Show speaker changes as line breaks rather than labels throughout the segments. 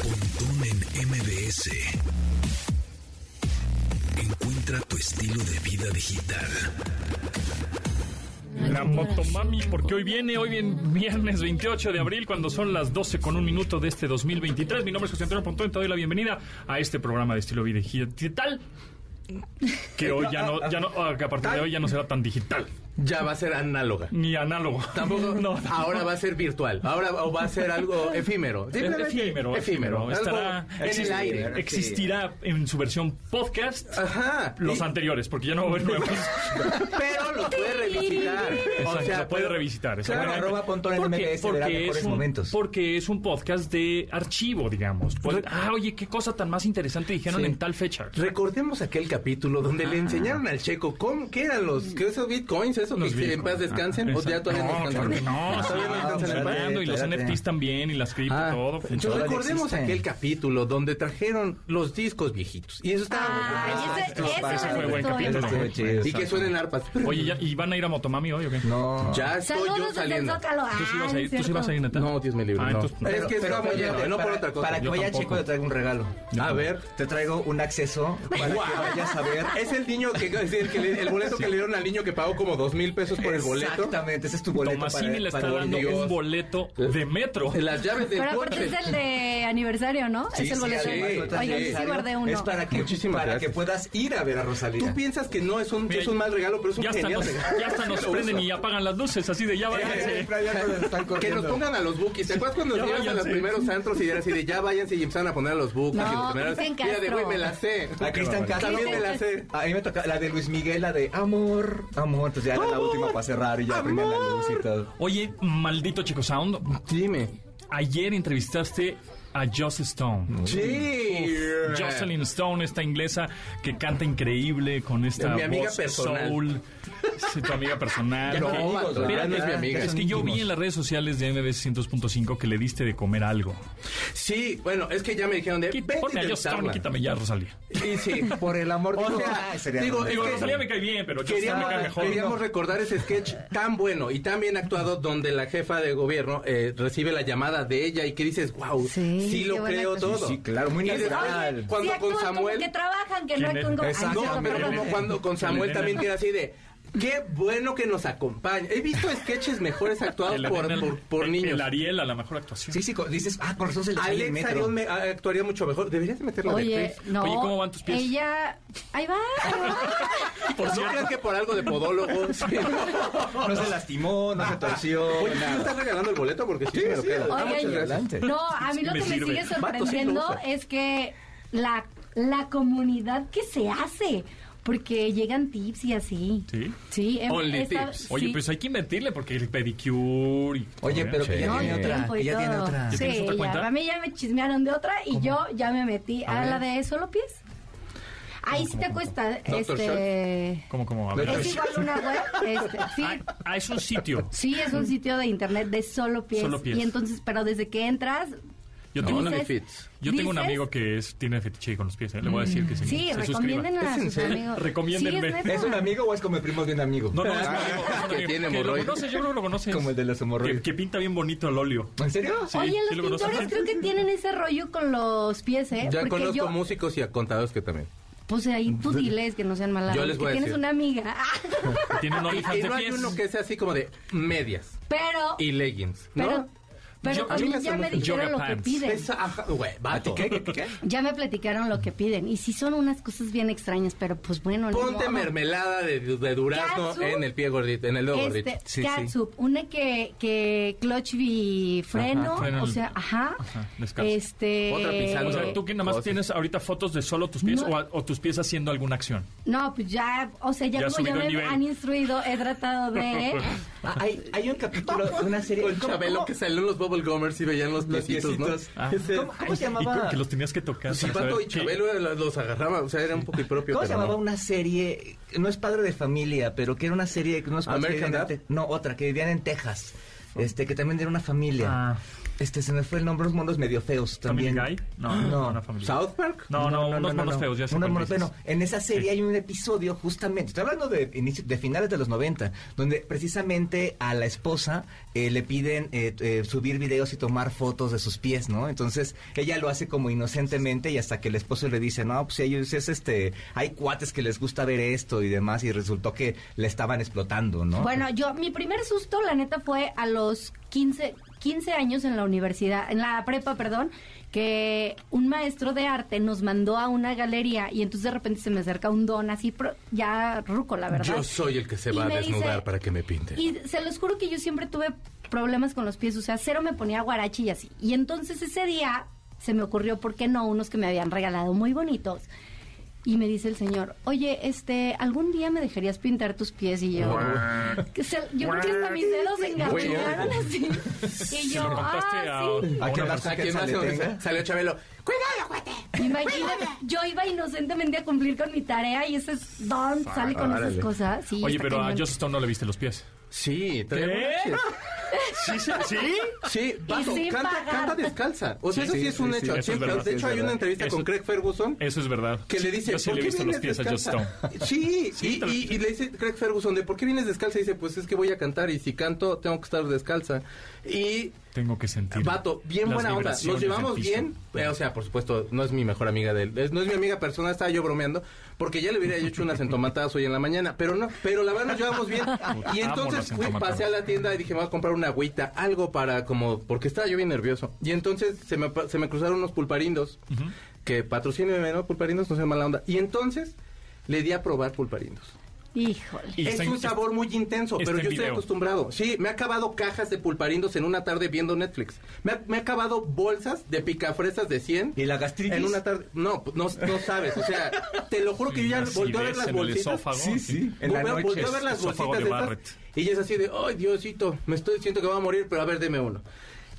Iván en MBS. Encuentra tu estilo de vida digital.
La motomami, porque hoy viene, hoy viene viernes 28 de abril, cuando son las 12 con un minuto de este 2023. Mi nombre es José Antonio Pontón y te doy la bienvenida a este programa de estilo vida digital. Que hoy ya no, ya no, ah, que a partir de hoy ya no será tan digital,
Ya va a ser análoga.
ni análogo.
Tampoco.
No,
ahora va a ser virtual. Ahora o va a ser algo efímero. Simplemente
efímero,
Efímero.
efímero. Estará,
algo en el
exist-
aire.
Existirá en su versión podcast
Ajá.
los
Y-
anteriores, porque ya no va a haber nuevos.
pero lo puede revisitar.
Exacto, lo puede
pero-
revisitar.
Claro,
exactamente.
arroba Pontón en MBS, verá mejores
un,
momentos.
Porque es un podcast de archivo, digamos. Pues, ah, oye, qué cosa tan más interesante dijeron
Sí.
en tal fecha.
Recordemos aquel capítulo donde
Ah.
le enseñaron al checo cómo qué eran los qué esos bitcoins, esos
Los
que en
bitcoins. Ah,
paz descansen o ya todavía no,
no, claro que
descansan.
no, sí,
todavía no
va
descansan en paz.
funcionando, y los
Espérate.
NFTs también y las cripto
Ah,
todo.
entonces
funciona.
todavía
recordemos
existen.
aquel capítulo donde trajeron los discos viejitos y eso estaba
Ah, ese- ese
Eso
me
fue buen
gustó,
capítulo.
ese.
Estuvo chido.
y que suenen arpas.
Oye, ¿ya- ¿y van a ir a Motomami hoy o qué?
No.
ya estoy
Saludos
yo
desde
saliendo.
el Zócalo.
¿Tú sí
Ah,
vas a ir,
es
¿tú sí vas a ir
cierto.
Natal?
No, Dios me libre,
Ah,
no.
entonces,
Es que está muy
fíjate,
lleno, no por
para-
otra cosa.
Para que
Yo
vaya
tampoco.
Checo, te traigo un regalo.
A ver,
Te traigo un acceso para que vayas a ver.
es el niño que, es el, que le- el boleto que le dieron al niño que pagó como dos mil pesos por el boleto.
Exactamente, ese es tu boleto.
Tomasini le está
para-
dando
Dios.
un boleto de metro.
Las llaves del
Pero aparte
coche.
es el de aniversario, ¿no?
Sí,
es el
sí,
boleto.
sí,
de-
sí,
Oigan,
sí.
sí, guardé uno.
Es para que,
Muchísimas
para
gracias.
que puedas ir a ver a Rosalía.
Tú piensas que no es un,
Mira,
es un mal regalo, pero es un
Ya hasta,
genial
nos,
regalo.
ya hasta nos
Lo
prenden
uso.
y apagan las luces, así
Eh,
de ya váyanse.
Que nos pongan a los bookies. ¿Te acuerdas cuando
Ya
nos llevas a los
váyanse.
primeros antros y era así de ya váyanse y empezaron a poner a los bookies?
No,
y los primeros-
Cristian
Mira, de
Castro.
güey, me la sé.
A Cristian Castro.
También me la sé.
A mí me toca la de Luis Miguel, la de amor, amor. Entonces ya era la última para cerrar y ya prendían la luz y todo.
Oye, maldito Chico Sound,
Dime.
ayer entrevistaste a Joss Stone.
Sí.
Uf, Jocelyn Stone, esta inglesa que canta increíble con esta
Mi amiga
voz
personal.
soul. Sí, tu amiga personal.
Ya no,
Que-
vato,
espérate,
ya no es mi amiga.
Es que yo vi en las redes sociales de MBS 100.5 que le diste de comer algo.
Sí, bueno, es que ya me dijeron de.
Quit-
"Vete
Ponme a
del
Joss Stone,
tabla".
quítame ya, Rosalía.
Y sí,
Por el amor de
O
Dios.
sea,
Ay, sería
digo,
romántico.
es que-
Rosalía me cae bien, pero Joss Stone me
Queríamos,
cae mejor.
queríamos recordar ese sketch tan bueno y tan bien actuado donde la jefa de gobierno eh, recibe la llamada de ella y que dices, wow, sí,
Sí,
lo
qué buena
creo
actuación.
todo.
Sí, claro, muy
Y después,
natural.
Sí,
cuando con
actúan como
Samuel...
que trabajan, que no
¿Quién es?
actúan como... Ay,
Exacto,
cierto,
No, pero
perdón.
como cuando con Samuel también que era así de... Qué bueno que nos acompaña. He visto sketches mejores actuados
El-
por,
el-
por, por
el-
niños.
El Ariel a la mejor actuación.
Sí, sí, co- dices, ah, por eso se le sale el
Alexa
metro.
Dion me- a- actuaría mucho mejor. Deberías de meterla de
Oye,
Chris.
no.
Oye, ¿cómo van tus pies?
Ella... Ahí va,
Ah,
ahí va.
¿No creas que por algo de podólogo? Sí.
No se lastimó, no se torció.
Oye, ¿tú me
nada.
estás regalando el boleto? Porque sí,
Sí,
se me lo
sí,
quedo. Ah,
Oigan,
muchas gracias.
adelante.
No, a mí lo
Me
que me
sirve.
sigue
Vato,
sorprendiendo
sí lo usa.
es que la, la comunidad que se hace, porque llegan tips y así.
¿Sí?
Sí, em-
Only
esta-
tips.
Oye,
sí.
pues hay que invertirle porque el pedicure. y-
Oye, pero que ya
No,
tiene
yo
otra.
tiempo y
que ya tiene
todo.
otra.
¿Ya tienes
Sí,
otra cuenta?
ya, a mí ya me chismearon de otra y yo ya me metí a,
ver.
la de solo pies. Ahí sí te cuesta,
Doctor
este...
¿Cómo, cómo? A ver.
Es igual una web, este, sí.
Ah, ah, es un sitio.
Sí, es un sitio de internet de solo pies.
Solo pies.
Y entonces, pero desde que entras,
Yo
No,
tengo, una-
no me
dices-
fits.
yo tengo un
dices- Mm,
amigo que es, tiene fetiche con los pies. ¿eh? Le voy a decir que se,
Sí,
se suscriba.
recomienden a
¿Es en
sus
serio?
amigos.
Recomiéndenme.
Sí, es neta.
¿Es un amigo o es como el primo de un amigo?
No, no, es un
Ah,
amigo, es un
que
amigo,
tiene
que lo
hemorroides.
conoces, yo creo que lo conoces.
Como el de los
que,
hemorroides.
que pinta bien bonito el óleo.
¿En serio?
Sí,
Oye,
sí lo
los
conozco.
pintores creo que tienen ese rollo con los pies, ¿eh?
Ya
Porque
conozco
yo,
músicos y a contadores que también.
Pues ahí tú diles que no sean malas.
Yo les voy a
tienes
decir.
una amiga.
Que tiene un
Y,
OnlyFans
y
de
no hay
pies.
uno que sea así como de medias
Pero,
y leggings,
pero,
¿no?
pero
Yo-
a mí
yo
ya me
hacemos yoga
dijeron lo que
pants.
piden.
Esa, ajá, güey, vato.
¿Qué? ¿Qué? ¿Qué?
Ya me platicaron lo que piden. Y sí son unas cosas bien extrañas, pero pues bueno. ni
Ponte
modo.
mermelada de, de durazno
Katsu.
en el pie gordito, en el dedo gordito.
Este, catsup, una que, que clutch y freno,
Ajá, freno.
o sea, ajá,
Ajá, descalzo.
este,
Otra pisando.
O sea, tú que nada más tienes ahorita fotos de solo tus pies o, a- o tus pies haciendo alguna acción.
No, pues ya, o sea, ya,
Ya
como ya
subido el
me
nivel.
han instruido, he tratado de...
Ah, Hay, hay un capítulo de una serie.
Con
¿Cómo-
Chabelo
cómo-
que salieron los bubble gummers y veían los
Los
piecitos, ¿no?
piecitos.
Ah.
Ese-
¿Cómo, cómo se
Y
llamaba?
que los tenías que tocar.
Sí,
para
Pato
saber
y
qué-
Chabelo los- los agarraba, o sea, era un poco impropio.
¿Cómo se
pero
llamaba
no.
una serie? No es Padre de Familia, pero que era una serie que no es
American
que vivían en
Dad?
Te- No, otra, que vivían en Texas. Este, que también era una familia.
Oh. Ah.
Este, se me fue el nombre, unos monos medio feos
¿Family
también.
Guy? No, no, no, no, Family Guy.
South Park.
No, no, unos monos feos, ya sé
Unos
cuál
monos-
dices.
Bueno, en esa serie hay un episodio justamente, estoy hablando de, inicio- de finales de los 90, donde precisamente a la esposa eh, le piden eh, eh, subir videos y tomar fotos de sus pies, ¿no? Entonces ella lo hace como inocentemente y hasta que el esposo le dice, no, pues si hay, si es este, hay cuates que les gusta ver esto y demás y resultó que le estaban explotando, ¿no?
Bueno, yo, mi primer susto, la neta, fue a los 15, 15 años en la universidad, en la prepa, perdón, que un maestro de arte nos mandó a una galería y entonces de repente se me acerca un don así, pro- ya ruco, la verdad.
Yo soy el que se
Y
va a
me dice-
desnudar para que me
Este.
pinte.
Y se los juro que yo siempre tuve problemas con los pies, o sea, cero me ponía guarachi y así. Y entonces ese día se me ocurrió, ¿por qué no? Unos que me habían regalado muy bonitos. Y me dice el señor, oye, este, ¿algún día me dejarías pintar tus pies? Y yo, que se- yo creo que hasta mis dedos se engarchillaron así. Y yo,
le contaste
ah,
a-
sí.
¿A quién
Ahora,
vas
¿A
a
quién más
le
se-
tenga?
Salió Chabelo. ¡Cuidado, cuate!
Imagínate, yo iba inocentemente a cumplir con mi tarea y ese don sale con esas
Órale.
cosas. Sí,
Oye,
está
pero a
cañón.
Joss Stone no le viste los pies.
Sí, trae
¿Qué?
borrachos.
¿Sí? sí, ¿Sí?
Sí, vaso,
sin
canta,
pagar.
canta descalza. O sea,
Sí,
eso sí
sí,
es un
sí,
hecho.
sí, eso es
Siempre-
verdad.
de hecho,
Sí, es
hay una
verdad.
entrevista
Eso-
con Craig Ferguson
Eso es verdad.
que le dice,
Yo sí
¿por
le he
qué
visto los
vienes
pies a Joss
descalza?
Stone.
Sí,
Sí,
y,
te lo-
y- y le dice Craig Ferguson, ¿de por qué vienes descalza? Y dice, pues es que voy a cantar y si canto tengo que estar descalza. Y
Tengo que sentir.
Vato, bien
las
buena onda. Nos
vibraciones
llevamos
del piso.
bien. Eh, o sea, por supuesto, no es mi mejor amiga de él. Es- No es mi amiga personal, estaba yo bromeando. Porque ya le hubiera hecho unas entomatadas hoy en la mañana. Pero no, pero la verdad nos llevamos bien. Y
amo
entonces
las
fui,
entomatadas.
pasé a la tienda y dije, me voy a comprar una agüita, algo para como. Porque estaba yo bien nervioso. Y entonces se me, pa- se me cruzaron unos pulparindos. Que patrocínenme, ¿no? Pulparindos no sea mala onda. Y entonces le di a probar pulparindos.
Híjole.
Y
es
está en-
un sabor muy intenso,
está
pero
en
yo estoy
video.
acostumbrado. Sí, me ha acabado cajas de pulparindos en una tarde viendo Netflix. Me ha, me ha acabado bolsas de picafresas de 100
¿Y la gastritis?
en una tarde. No, no, no sabes. O sea, te lo juro que yo ya
Acidez
volteo a ver las
en el
bolsitas.
esófago,
Sí, sí. En la
Volteo-
noche.
volteo a ver las
Esófago
bolsitas
de
de estas,
Barrett.
y ella es así de, ay, Diosito, me estoy siento que va a morir, pero a ver, deme uno.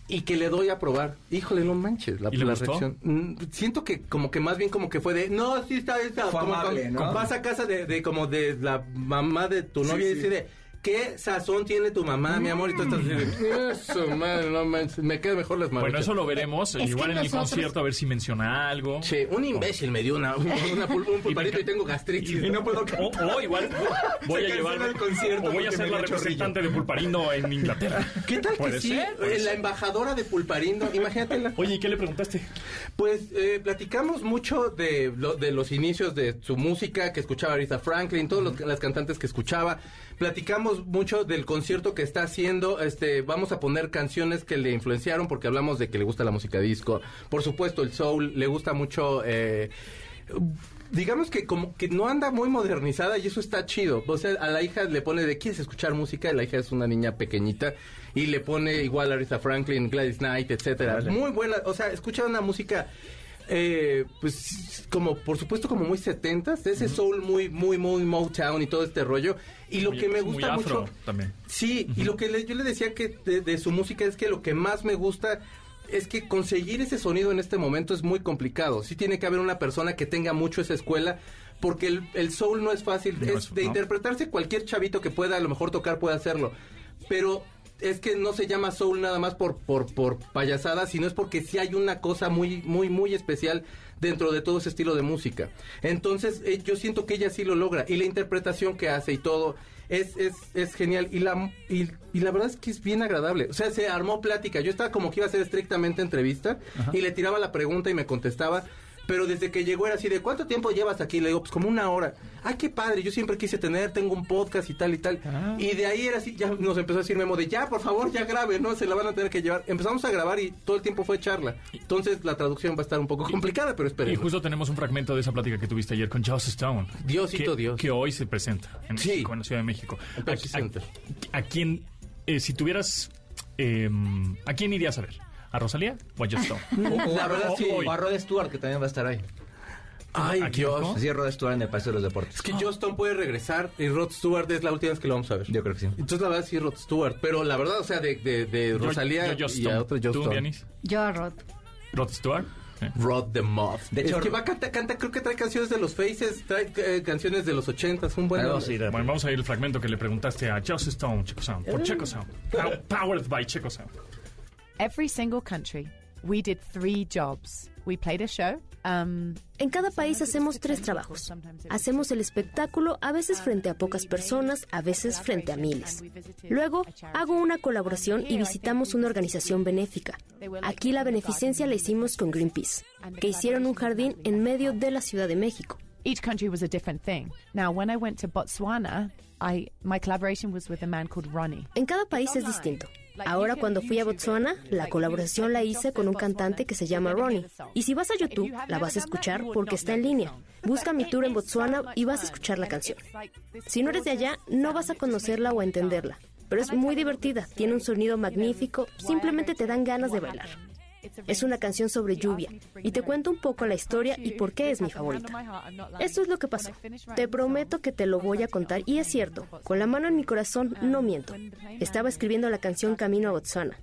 Y que le doy a probar. Híjole, no manches, la,
¿Y le
la
gustó?
reacción. Mm, siento que como que más bien como que fue de, no, sí está esa.
Fue
como
amable,
cuando-
¿no?
Vas a casa de, de como de la mamá de tu
Sí,
novia y
sí.
decide, ¿qué sazón tiene tu mamá, mi amor? Y tú estás así de, eso, madre, no manches, me quedan mejor las manos.
Bueno, eso lo veremos.
Es que
Igual en el
nosotros-
concierto a ver si menciona algo.
Che, un imbécil me dio una, una pul- Ah, un pulparito
ca-
y tengo gastritis.
Y no puedo
O, o Oh, igual voy
Se
a
cancela
llevar
el concierto
o voy a
porque
ser
me
la
dio chorrillo.
representante de Pulparindo en Inglaterra.
¿Qué tal que
¿Puede
sí?
ser? Puede
Eh, La
ser.
embajadora de Pulparindo, imagínatela.
Oye, ¿y qué le preguntaste?
Pues eh, platicamos mucho de, lo- de los inicios de su música que escuchaba Aretha Franklin, todas los- las cantantes que escuchaba. Platicamos mucho del concierto que está haciendo. Este, vamos a poner canciones que le influenciaron porque hablamos de que le gusta la música disco. Por supuesto, el soul, le gusta mucho. eh, digamos que como que no anda muy modernizada y eso está chido. O sea, a la hija le pone de quieres escuchar música, y la hija es una niña pequeñita y le pone igual a Aretha Franklin, Gladys Knight, etcétera. Muy buena, o sea, escucha una música eh, pues como por supuesto como muy setentas, ese soul muy muy muy Motown y todo este rollo y lo
Oye,
que me
es muy
gusta
afro
mucho
también.
Sí, y lo que le- yo le decía que de, de su música es que lo que más me gusta es que conseguir ese sonido en este momento es muy complicado. Sí tiene que haber una persona que tenga mucho esa escuela, porque el, el soul no es fácil.
No
es
es-
de
no.
interpretarse cualquier chavito que pueda a lo mejor tocar puede hacerlo. Pero es que no se llama soul nada más por, por, por payasada, sino es porque sí hay una cosa muy, muy, muy especial dentro de todo ese estilo de música. Entonces, eh, yo siento que ella sí lo logra. Y la interpretación que hace y todo es, es, es genial. Y la, y, y la verdad es que es bien agradable. O sea, se armó plática. Yo estaba como que iba a hacer estrictamente entrevista y le tiraba la pregunta y me contestaba. Pero desde que llegó era así de ¿cuánto tiempo llevas aquí? Le digo, pues como una hora. Ay, qué padre, yo siempre quise tener, tengo un podcast y tal y tal. Y de ahí era así, ya nos empezó a decir Memo de ya, por favor, ya grabe, ¿no? Se la van a tener que llevar. Empezamos a grabar y todo el tiempo fue charla. Entonces la traducción va a estar un poco complicada, pero
Y
esperemos.
justo tenemos un fragmento de esa plática que tuviste ayer con Joss Stone.
Diosito
que,
Dios.
Que hoy se presenta en,
Sí.
México, en la Ciudad de México.
El
¿A,
Pepsi Center.
a- a quién, eh, si tuvieras, eh, ¿a quién irías a ver? ¿A Rosalía o a Joss Stone?
La verdad
o-
sí.
hoy.
O a Rod Stewart, que también va a estar ahí.
Ay,
¿Aquí no?
Dios.
Así es, Rod Stewart en el País de los
Es
Deportes.
que Justin puede regresar y Rod Stewart es la última vez que lo vamos a ver.
Yo creo que sí.
Entonces la verdad sí, Rod Stewart. Pero la verdad, o sea, de, de, de
Yo-
Rosalía
yo Joss
y a
Stone.
otro
¿Tú,
Justin.
Dianis?
Yo a Rod.
¿Rod Stewart? Sí.
Rod the Moth.
De
es
hecho,
que va a cantar, canta, creo que trae canciones de los Faces, trae eh, canciones de los ochentas, un buen...
Ahí vamos
hombre.
a ir a-
Bueno, vamos a ir el
Eh.
fragmento que le preguntaste a Joss Stone, Checo Sound, por Checo Sound. Pow- Powered by Checo Sound.
every single country, we did three jobs. We played a show. Um,
En cada país hacemos tres trabajos. Hacemos el espectáculo a veces frente a pocas personas, a veces frente a miles. Luego hago una colaboración y visitamos una organización benéfica. Aquí la beneficencia la hicimos con Greenpeace, que hicieron un jardín en medio de la Ciudad de México.
each country was a different thing. Now, when I went to Botswana, I my collaboration was with a man called Ronnie.
En cada país es distinto. Ahora cuando fui a Botswana, la colaboración la hice con un cantante que se llama Ronnie. Y si vas a YouTube, la vas a escuchar porque está en línea. Busca mi tour en Botswana y vas a escuchar la canción.
ah,
Si no eres de allá, no vas a conocerla o a entenderla. Pero es muy divertida, tiene un sonido magnífico, simplemente te dan ganas de bailar. Es una canción sobre lluvia y te cuento un poco la historia y por qué es mi favorita. Esto es lo que pasó. Te prometo que te lo voy a contar y es cierto, con la mano en mi corazón no miento. Estaba escribiendo la canción Camino a Botswana.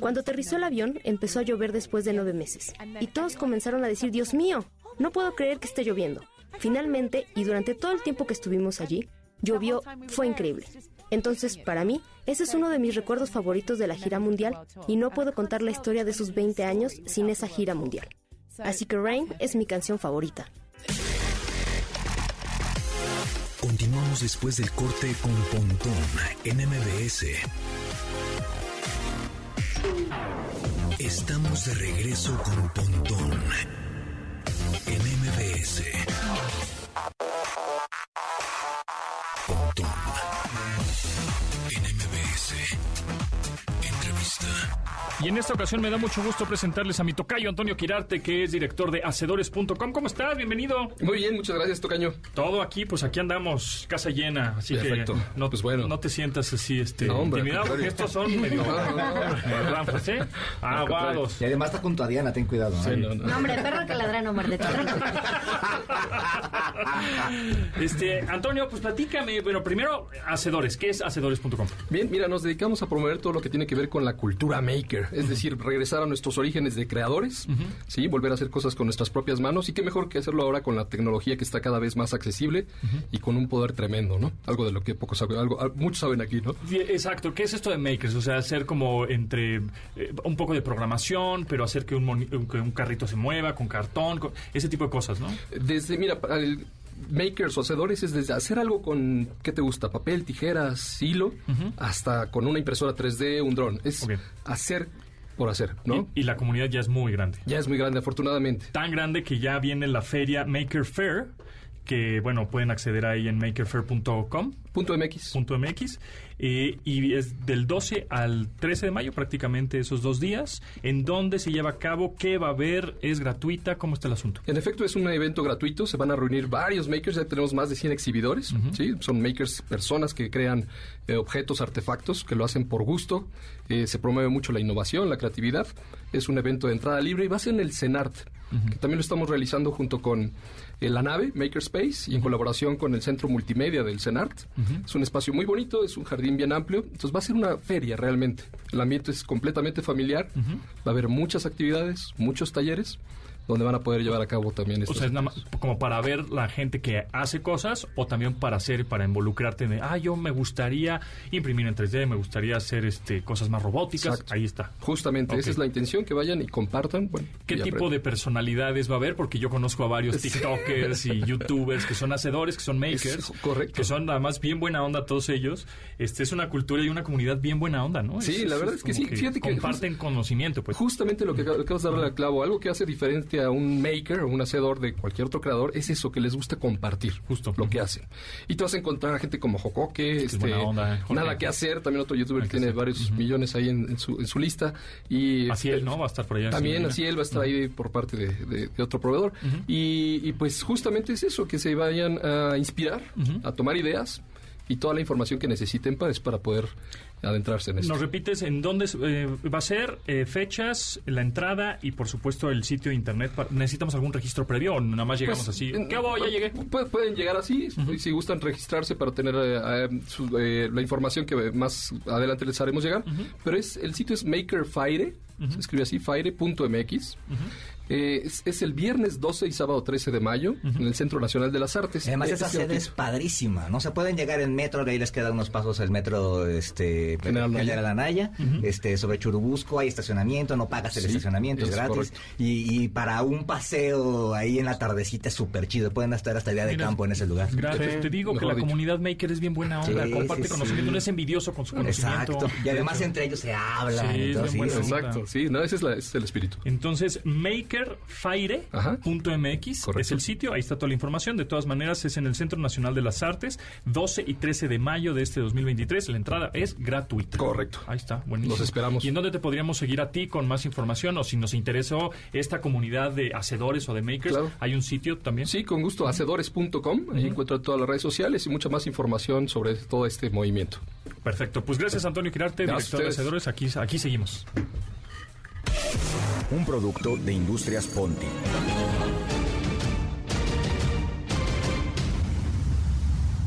Cuando aterrizó el avión, empezó a llover después de nueve meses. Y todos comenzaron a decir, Dios mío, no puedo creer que esté lloviendo. Finalmente, y durante todo el tiempo que estuvimos allí, llovió, fue increíble. Entonces, para mí, ese es uno de mis recuerdos favoritos de la gira mundial y no puedo contar la historia de sus 20 años sin esa gira mundial. Así que Rain es mi canción favorita.
Continuamos después del corte con Pontón en MBS. Estamos de regreso con Pontón en MBS. Pontón en MBS. Entrevista.
Y en esta ocasión me da mucho gusto presentarles a mi tocayo Antonio Quirarte, que es director de Hacedores.com. ¿Cómo estás? Bienvenido.
Muy bien, muchas gracias, Tocaño.
Todo aquí, pues aquí andamos, casa llena, así
Perfecto.
que no,
Pues bueno.
no te sientas así este,
No, hombre, al
intimidado, porque
contrario.
estos son medio
No, no, no.
ranfos, ¿eh? aguados.
Y además está junto a Diana, ten cuidado. ¿no?
No, hombre, perro que ladra no muerde.
Este, Antonio, pues platícame, bueno, primero, Hacedores, ¿qué es Hacedores.com?
Bien, mira, nos dedicamos a promover todo lo que tiene que ver con la cultura maker, es decir, regresar a nuestros orígenes de creadores, sí, volver a hacer cosas con nuestras propias manos y qué mejor que hacerlo ahora con la tecnología que está cada vez más accesible y con un poder tremendo, ¿no? Algo de lo que pocos saben, algo, al- muchos saben aquí, ¿no?
Sí, Exacto, ¿qué es esto de makers? O sea, hacer como entre eh, un poco de programación, pero hacer que un, moni- que un carrito se mueva con cartón, con- ese tipo de cosas, ¿no?
Desde, mira, para el makers o hacedores es desde hacer algo con, ¿qué te gusta? Papel, tijeras, hilo, hasta con una impresora 3D, un dron. Es
Ok.
hacer por hacer, ¿no?
Y, y la comunidad ya es muy grande.
Ya es muy grande, afortunadamente.
Tan grande que ya viene la feria Maker Fair, que bueno, pueden acceder ahí en makerfair.com.
Punto MX.
.mx eh, y es del 12 al 13 de mayo prácticamente esos dos días en donde se lleva a cabo qué va a haber es gratuita cómo está el asunto
En efecto, es un evento gratuito. Se van a reunir varios makers. Ya tenemos más de 100 exhibidores. ¿sí? Son makers, personas que crean eh, objetos, artefactos, que lo hacen por gusto. Eh, se promueve mucho la innovación, la creatividad. Es un evento de entrada libre y va a ser en el CENART, que también lo estamos realizando junto con eh, la nave Makerspace y en colaboración con el Centro Multimedia del CENART. Es un espacio muy bonito, es un jardín bien amplio. Entonces va a ser una feria realmente. El ambiente es completamente familiar. Va a haber muchas actividades, muchos talleres donde van a poder llevar a cabo también
o
estos
sea es nada más
eventos.
como para ver la gente que hace cosas o también para hacer para involucrarte de ah yo me gustaría imprimir en 3D me gustaría hacer este cosas más robóticas
Exacto.
ahí está
Justamente, esa
Ok.
es la intención, que vayan y compartan. Bueno,
¿Qué
y
tipo
aprendan.
de personalidades va a haber? Porque yo conozco a varios
Sí.
TikTokers y YouTubers que son hacedores, que son makers,
Es correcto.
que son además bien buena onda todos ellos. Este es una cultura y una comunidad bien buena onda, ¿no?
Sí, la verdad es que
como
sí, fíjate que-
comparten conocimiento, pues.
Justamente lo que acab- acabas de darle al clavo, algo que hace diferente a un maker o un hacedor de cualquier otro creador, es eso que les gusta compartir,
Justo.
lo que hacen. Y te vas a encontrar a gente como Jocoque, este,
buena onda, eh, Jorge.
nada que hacer, también otro youtuber que
que
tiene
hacer.
varios millones ahí en, en su, en su lista. Y
Así
este,
él, ¿no? Va a estar por allá.
También
sí,
así
mira.
él va a estar ahí por parte de, de- de otro proveedor. y, y, pues justamente es eso, que se vayan a inspirar, a tomar ideas y toda la información que necesiten para, es para poder adentrarse en esto.
Nos repites en dónde eh, va a ser, eh, fechas, la entrada y por supuesto el sitio de internet. Pa- ¿Necesitamos algún registro previo o nada más llegamos
Pues,
así?
eh,
¿Qué voy? Ya
pu-
llegué.
pu- Pueden, llegar así, si gustan registrarse para tener eh, eh, su- eh, la información que más adelante les haremos llegar. Pero es el sitio es Makerfire, se escribe así, faire.mx. Eh, es, es el viernes 12 y sábado 13 de mayo en el Centro Nacional de las Artes.
Además,
Eh,
esa
es
sede
gratuito.
es padrísima, ¿no? Se pueden llegar en metro, ahí les queda unos pasos el metro este este,
General Anaya.
General Anaya, este, sobre Churubusco, hay estacionamiento, no pagas el
Sí,
estacionamiento, es
es
gratis.
correcto.
Y, y para un paseo ahí en la tardecita es súper chido, pueden estar hasta día de
Mira,
campo en ese lugar.
Gracias.
Sí,
Te digo que
mejor
la
dicho.
comunidad maker es bien buena onda.
Sí,
comparte
sí,
conocimiento.
sí.
No es envidioso con su conocimiento.
Exacto. Y además entre ellos se hablan.
Sí, es
entonces,
bien
sí,
buena
sí.
onda.
Exacto, sí, no, ese es, la- ese es el espíritu.
Entonces,
Ajá.
makerfaire.mx
Correcto.
es el sitio, ahí está toda la información. De todas maneras, es en el Centro Nacional de las Artes, 12 y 13 de mayo de este 2023. La entrada es gratuita.
Correcto.
Ahí está, buenísimo.
Los esperamos.
¿Y en dónde te podríamos seguir a ti con más información o si nos interesó esta comunidad de hacedores o de makers?
Claro.
Hay un sitio también.
Sí, con gusto, hacedores.com, ahí encuentran todas las redes sociales y mucha más información sobre todo este movimiento.
Perfecto. Pues gracias, Antonio Quirarte,
Gracias
director de
a ustedes.
hacedores. Aquí, aquí seguimos.
Un producto de Industrias Ponti.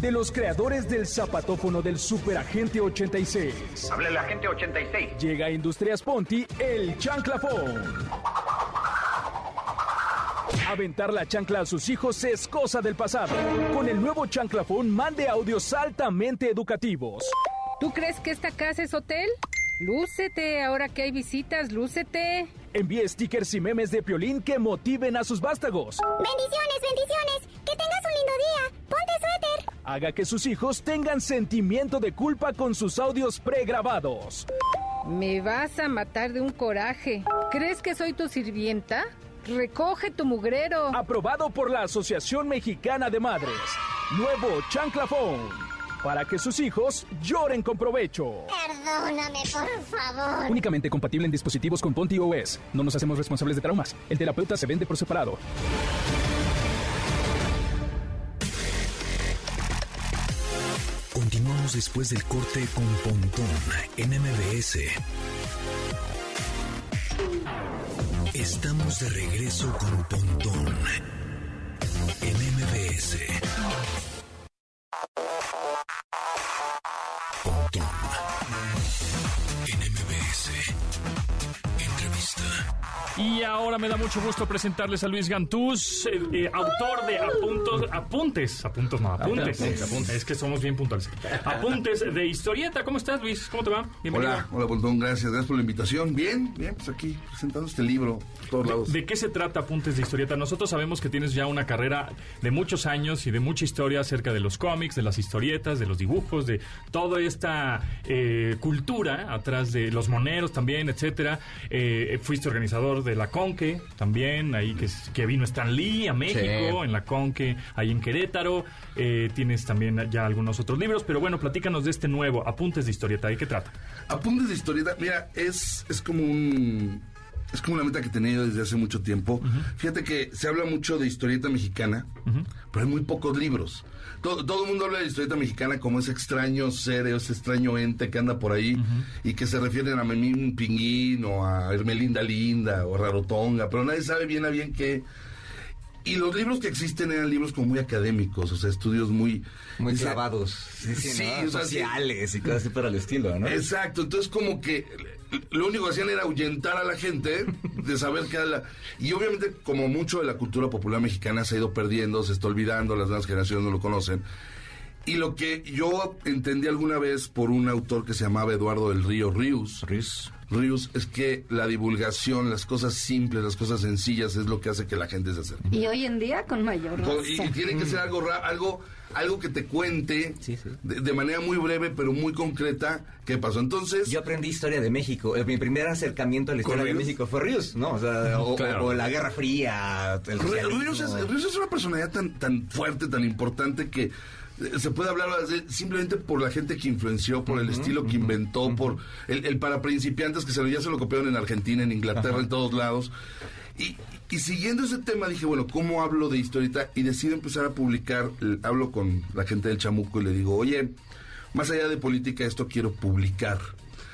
de los creadores del zapatófono del Superagente 86.
Habla la gente 86.
Llega a Industrias Ponti el chanclafón. Aventar la chancla a sus hijos es cosa del pasado. Con el nuevo chanclafón, mande audios altamente educativos.
¿Tú crees que esta casa es hotel? Lúcete, ahora que hay visitas, lúcete.
Envíe stickers y memes de piolín que motiven a sus vástagos.
Bendiciones, bendiciones. Que tengas un lindo día. Ponte suéter.
Haga que sus hijos tengan sentimiento de culpa con sus audios pregrabados.
Me vas a matar de un coraje. ¿Crees que soy tu sirvienta? Recoge tu mugrero.
Aprobado por la Asociación Mexicana de Madres. Nuevo Chanclafón. Para que sus hijos lloren con provecho.
Perdóname, por favor.
Únicamente compatible en dispositivos con Ponti OS. No nos hacemos responsables de traumas. El terapeuta se vende por separado.
Continuamos después del corte con Pontón en MBS. Estamos de regreso con Pontón en MBS. Pontón en MBS. Entrevista.
Y ahora me da mucho gusto presentarles a Luis Gantús, eh, eh, autor de apuntos, apuntes, apuntos no, apuntes.
Apuntes, apuntes.
Es que somos bien puntuales. Apuntes de historieta. ¿Cómo estás, Luis? ¿Cómo te va? Bienvenido.
Hola, hola Boldón, gracias, gracias por la invitación. Bien, bien, pues aquí presentando este libro por todos lados.
¿De qué se trata Apuntes de Historieta? Nosotros sabemos que tienes ya una carrera de muchos años y de mucha historia acerca de los cómics, de las historietas, de los dibujos, de toda esta eh, cultura atrás de los moneros también, etcétera. Eh, fuiste organizador de la Conque también, ahí que, que vino Stan Lee a México, en la Conque, ahí en Querétaro. Eh, tienes también ya algunos otros libros, pero bueno, platícanos de este nuevo Apuntes de Historieta. ¿De qué trata?
Apuntes de historieta, mira, es, es como un. Es como una meta que he tenido desde hace mucho tiempo. Fíjate que se habla mucho de historieta mexicana, pero hay muy pocos libros. Todo, todo el mundo habla de historieta mexicana como ese extraño ser, ese extraño ente que anda por ahí y que se refieren a Memín Pinguín o a Hermelinda Linda o a Rarotonga, pero nadie sabe bien a bien qué, Y los libros que existen eran libros como muy académicos, o sea, estudios muy...
Muy
dice-
clavados.
Sí,
¿no?
o sea, sí.
Sociales y cosas así para el estilo, ¿no?
Exacto, entonces como que lo único que hacían era ahuyentar a la gente de saber que era la... Y obviamente como mucho de la cultura popular mexicana se ha ido perdiendo, se está olvidando, las nuevas generaciones no lo conocen. Y lo que yo entendí alguna vez por un autor que se llamaba Eduardo del Río Ríos, Ríos es que la divulgación, las cosas simples, las cosas sencillas es lo que hace que la gente se acerque.
Y hoy en día con mayor
Con- y, y
razón.
tiene que ser algo ra- algo algo que te cuente De, de manera muy breve pero muy concreta qué pasó entonces
Yo aprendí historia de México. Eh, Mi primer acercamiento a la historia
¿Con
de
Ríos?
México fue Ríos, ¿no? O, sea, o,
Claro.
o la Guerra Fría. el
Ri-
socialismo.
Ríos es, Ríos es una personalidad tan tan fuerte tan importante que eh, se puede hablar de- simplemente por la gente que influenció, por el estilo que inventó, por el, el para principiantes que se lo, ya se lo copiaron en Argentina, en Inglaterra, en todos lados. Y, y siguiendo ese tema dije, bueno, ¿cómo hablo de historieta? Y decido empezar a publicar, eh, hablo con la gente del chamuco y le digo, oye, más allá de política, esto quiero publicar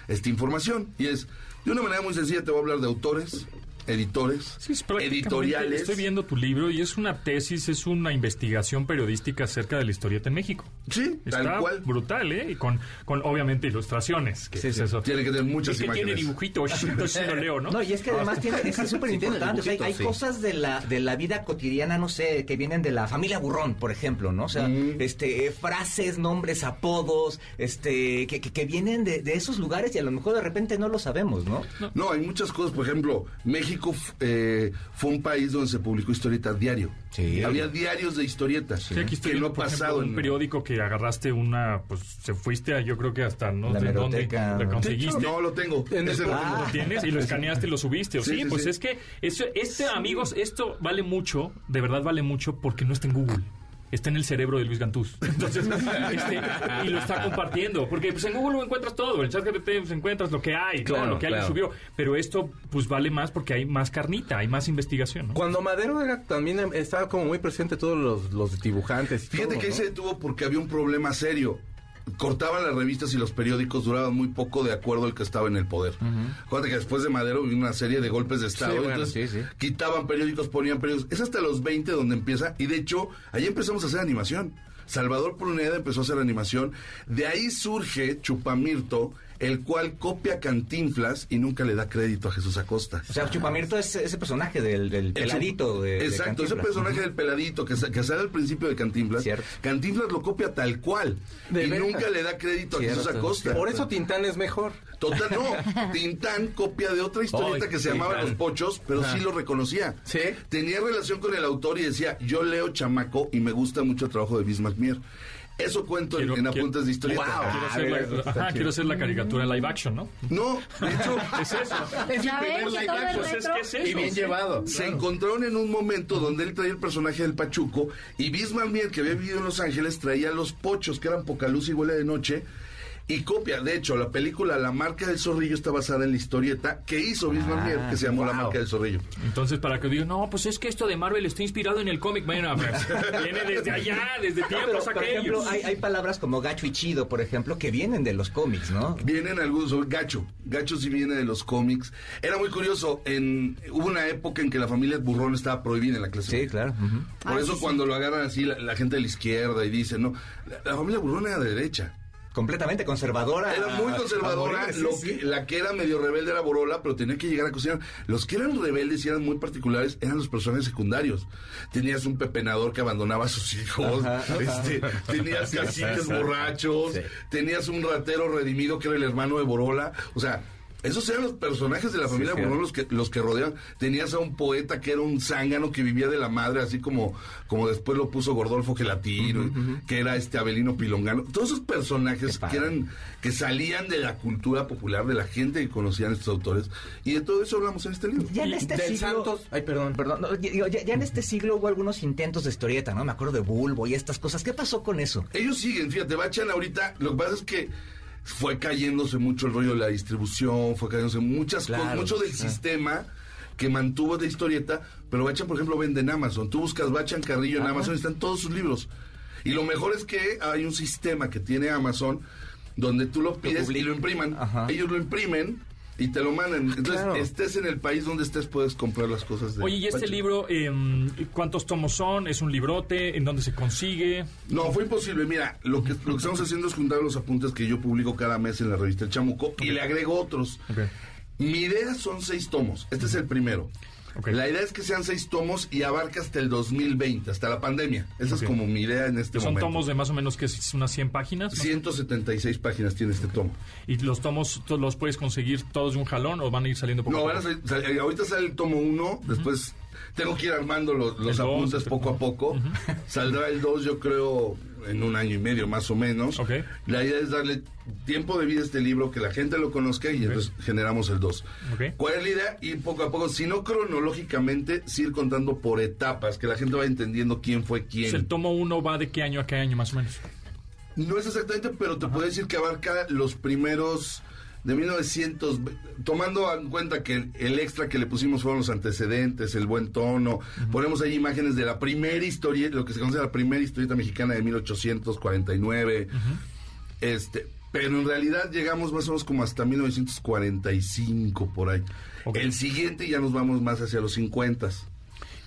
esta información. Y es, de una manera muy sencilla, te voy a hablar de autores, editores,
Sí, es prácticamente-
editoriales.
Estoy viendo tu libro y es una tesis, es una investigación periodística acerca de la historieta en México.
Sí,
Está
tal cual.
brutal, ¿eh? Y con, con obviamente ilustraciones. Que es eso.
Tiene que tener muchas
Es que
imágenes.
tiene dibujitos, entonces sí lo leo, ¿no? Ah,
y es que además tiene, es súper importante. o sea, hay- hay cosas de la, de la vida cotidiana, no sé, que vienen de la familia burrón, por ejemplo, ¿no? O sea,
Mm.
este, eh, frases, nombres, apodos, este, que, que- que vienen de, de esos lugares y a lo mejor de repente no lo sabemos, ¿no?
No, hay muchas cosas. Por ejemplo, México f- eh, fue un país donde se publicó historieta diario.
Sí.
Había diarios de historietas
Sí, aquí estoy
que no
viendo,
ha
por ejemplo,
pasado.
un periódico que agarraste una, pues se fuiste a, yo creo que hasta no
La
sé dónde
hemeroteca,
la
¿no?
conseguiste.
No, lo tengo. En ese
Ese lo
lo tengo.
tienes y lo escaneaste y lo subiste. o
Sí,
sí,
sí,
pues
sí.
es que eso, este, amigos, esto vale mucho, de verdad vale mucho porque no está en Google. Está en el cerebro de Luis Gantús. Entonces, este, y lo está compartiendo. Porque pues, en Google lo encuentras todo. En ChatGPT pues, encuentras lo que hay,
Claro,
¿no? lo que alguien
claro.
subió. Pero esto, pues vale más porque hay más carnita, hay más investigación. ¿no?
Cuando Madero era también em, estaba como muy presente todos los, los dibujantes. y
Fíjate
todo,
que
¿no?
ahí se detuvo porque había un problema serio. Cortaban las revistas y los periódicos duraban muy poco de acuerdo al que estaba en el poder. Acuérdate que después de Madero vino una serie de golpes de Estado.
Sí, Ah, bueno,
entonces quitaban periódicos, ponían periódicos. Es hasta los 20 donde empieza. Y de hecho, ahí empezamos a hacer animación. Salvador Pruneda empezó a hacer animación. De ahí surge Chupamirto, el cual copia Cantinflas y nunca le da crédito a Jesús Acosta.
O sea, Chupamirto es ese personaje del, del
El
peladito.
su-
De, de
exacto, ese
Cantinflas.
personaje del peladito que, sa- que sale al principio de Cantinflas. Cantinflas lo copia tal cual.
De
y
veras.
nunca le da crédito
Cierto,
a Jesús Acosta.
Por eso Tintán es mejor.
Total, no. Tintán copia de otra historieta
Ay,
que se llamaba
Tintán.
Los Pochos, pero
Ajá.
sí lo reconocía. Tenía relación con el autor y decía, yo leo chamaco y me gusta mucho el trabajo de Bismarck Mier. Eso cuento en- en Apuntes de Historieta.
quiero, hacer la,
Ah,
ajá, quiero hacer la caricatura live action, ¿no?
No, de hecho,
es eso.
Es
Ya
el
ven,
primer
que
live
todo
action. Pues
es retro.
Es que es eso.
Y bien llevado.
Se
Claro.
encontraron en un momento donde él traía el personaje del Pachuco y Bismarck Mier, que había vivido en Los Ángeles, traía los pochos, que eran poca luz y huele de noche. Y copia, de hecho, la película La marca del zorrillo está basada en la historieta que hizo Bismarck Mier, que se llamó
Ah,
La marca del zorrillo.
Entonces, para que digan, no, pues es que esto de Marvel está inspirado en el cómic. Bueno, pues, viene desde allá, desde
No,
tiempos
Ah, pero, por
aquellos.
ejemplo, hay, hay palabras como gacho y chido, por ejemplo, que vienen de los cómics, ¿no?
Vienen algunos, Gacho. Gacho sí viene de los cómics. Era muy curioso, en, hubo una época en que la familia Burrón estaba prohibida en la clase. Sí,
claro.
Por
Ah,
eso
sí, sí.
cuando lo agarran así la, la gente de la izquierda y dicen, no, la, la familia Burrón era de derecha.
Completamente conservadora.
Era muy
a- a
conservadora.
morir, sí,
lo
sí.
que- la que era medio rebelde era Borola, pero tenía que llegar a cocinar. Los que eran rebeldes y eran muy particulares eran los personajes secundarios. Tenías un pepenador que abandonaba a sus hijos.
Ajá.
este, tenías caciques borrachos. Tenías un ratero redimido que era el hermano de Borola. O sea. Esos eran los personajes de la familia
cierto.
Borola los que, los que rodeaban. Tenías a un poeta que era un zángano que vivía de la madre, así como, como después lo puso Gordolfo Gelatino, que era este Abelino Pilongano. Todos esos personajes que eran, que salían de la cultura popular, de la gente que conocían estos autores, y de todo eso hablamos en este libro.
Ya en este siglo, ay, perdón, perdón. no, ya, ya- ya en este siglo hubo algunos intentos de historieta, ¿no? Me acuerdo de Bulbo y estas cosas. ¿Qué pasó con eso?
Ellos siguen, fíjate, Bachan ahorita, lo que pasa es que fue cayéndose mucho el rollo de la distribución, fue cayéndose muchas cosas,
Claro,
mucho del
claro.
sistema que mantuvo la historieta, pero Bachan, por ejemplo, vende en Amazon. Tú buscas Bachan Carrillo en
Ajá.
Amazon y están todos sus libros. Y lo mejor es que hay un sistema que tiene Amazon donde tú lo pides y lo impriman. Ellos lo imprimen y te lo mandan. Entonces,
Claro.
estés en el país donde estés, puedes comprar las cosas de
Oye, ¿y este
Bachan.
libro em, cuántos tomos son? ¿Es un librote? ¿En dónde se consigue?
No, fue imposible. Mira, lo que, lo que estamos haciendo es juntar los apuntes que yo publico cada mes en la revista El Chamuco y le agrego otros. Mi idea son seis tomos. Este es el primero. La idea es que sean seis tomos y abarca hasta el 2020, hasta la pandemia. Esa
Ok.
es como mi idea en este
Son
momento.
tomos de más o menos que es unas 100 páginas.
176 páginas tiene este tomo.
¿Y los tomos to- los puedes conseguir todos de un jalón o van a ir saliendo poco
No,
a
van
poco?
a salir- sal- eh, ahorita sale el tomo uno, después tengo que ir armando los, los
El dos, este
apuntes poco a poco. Saldrá el 2, yo creo, en un año y medio más o menos. La idea es darle tiempo de vida a este libro, que la gente lo conozca y entonces generamos el 2.
¿eh?
Ok.
¿Cuál es la idea? Y poco a poco, si no cronológicamente, sí ir contando por etapas, que la gente va entendiendo quién fue quién.
Pues el tomo 1 va de qué año a qué año más o menos.
No es exactamente, pero te puedo decir que abarca los primeros de 1900, tomando en cuenta que el extra que le pusimos fueron los antecedentes, el buen tono. Ponemos ahí imágenes de la primera historia, lo que se conoce la primera historieta mexicana de 1849. Este, Pero en realidad llegamos más o menos como hasta 1945 por ahí. El siguiente ya nos vamos más hacia los 50.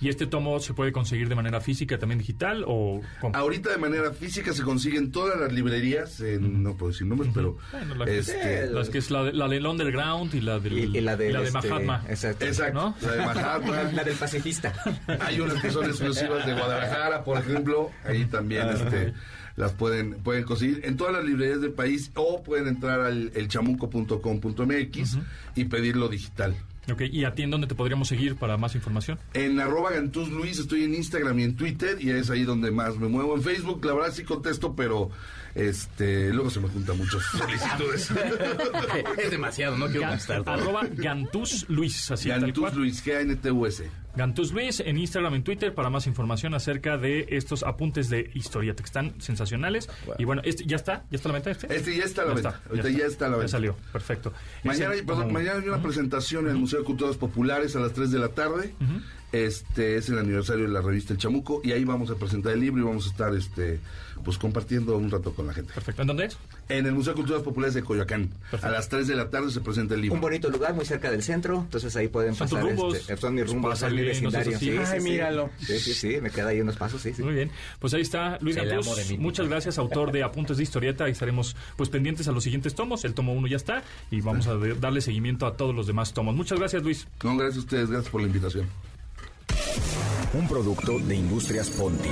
¿Y este tomo se puede conseguir de manera física, también digital o cómo?
Ahorita de manera física se consiguen todas las librerías, en- no puedo decir nombres, pero...
Bueno, la,
este,
las que es la, de- la del Underground y la, del,
Y- y la del,
de
este,
Mahatma.
exacto.
Exacto,
¿No?
la de
Ah,
Mahatma.
La del pacifista.
Hay unas que son exclusivas de Guadalajara, por ejemplo. Ahí también este, las pueden, pueden conseguir en todas las librerías del país o pueden entrar al elchamuco.com.mx y pedirlo digital.
Ok, ¿y a ti en dónde te podríamos seguir para más información?
En arroba Gantuz Luis estoy en Instagram y en Twitter y es ahí donde más me muevo. En Facebook, la verdad sí contesto, pero este luego se me juntan muchas solicitudes.
es demasiado, no quiero
Ga-
gastar. todo.
Arroba Gantus Luis, así tal
Gantuz
cual.
Luis, G-A-N-T-U-S.
Gantus Luis en Instagram, en Twitter, para más información acerca de estos apuntes de historieta que están sensacionales. Y bueno, este, ¿ya está? ¿Ya está a la venta este?
Este ya está a la venta. Ahorita ya está a la venta.
salió, perfecto.
Mañana, hay-
Ese-
perdón,
como-
mañana hay una presentación en el Museo de Culturas Populares a las 3 de la tarde. Este es el aniversario de la revista El Chamuco y ahí vamos a presentar el libro y vamos a estar este pues compartiendo un rato con la gente.
Perfecto. ¿En dónde es?
En el Museo de Culturas Populares de Coyoacán. A las 3 de la tarde se presenta el libro.
Un bonito lugar muy cerca del centro, entonces ahí pueden
Son tus
pasar.
rumbos.
este, son mis
Pues
rumbos,
pásale,
son mi
no seas
vecindario.
así. Ay, míralo.
Sí, sí, sí, me queda ahí unos pasos, sí, sí.
Muy bien, pues ahí está Luis
El
Gantús.
amo de mi-
Muchas gracias, autor de Apuntes de Historieta. Ahí estaremos pues pendientes a los siguientes tomos. El tomo 1 ya está y vamos a de- darle seguimiento a todos los demás tomos. Muchas gracias, Luis.
No, gracias a ustedes, gracias por la invitación.
Un producto de Industrias Ponti.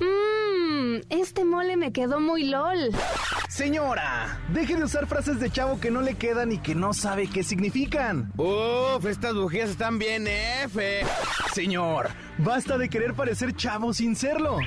Mmm, este mole me quedó muy lol.
Señora, deje de usar frases de chavo que no le quedan y que no sabe qué significan. Uf, estas bujías están bien F. Señor, basta de querer parecer chavo sin serlo.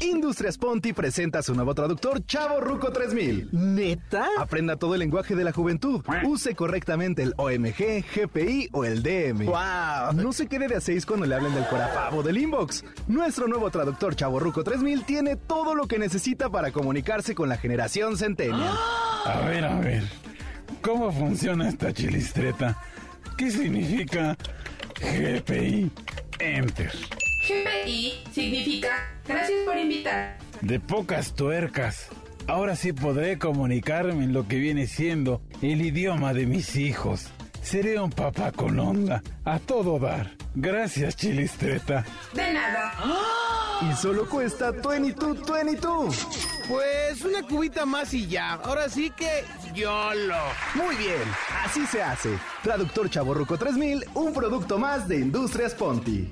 Industrias Ponti presenta su nuevo traductor Chavo Ruco 3000. ¿Neta? Aprenda todo el lenguaje de la juventud. Use correctamente el OMG, GPI o el DM. ¡Wow! No se quede de a seis cuando le hablen del corapavo del inbox. Nuestro nuevo traductor Chavo Ruco 3000 tiene todo lo que necesita para comunicarse con la generación centennial.
A ver, a ver. ¿Cómo funciona esta chilistreta? ¿Qué significa GPI? Enter.
GPI significa gracias por invitar.
De pocas tuercas. Ahora sí podré comunicarme en lo que viene siendo el idioma de mis hijos. Seré un papá con onda, a todo dar. Gracias, chilistreta.
De nada.
Y solo cuesta 22, 22.
Pues una cubita más y ya. Ahora sí que YOLO.
Muy bien, así se hace. Traductor Chaborruco 3000, un producto más de Industrias Ponti.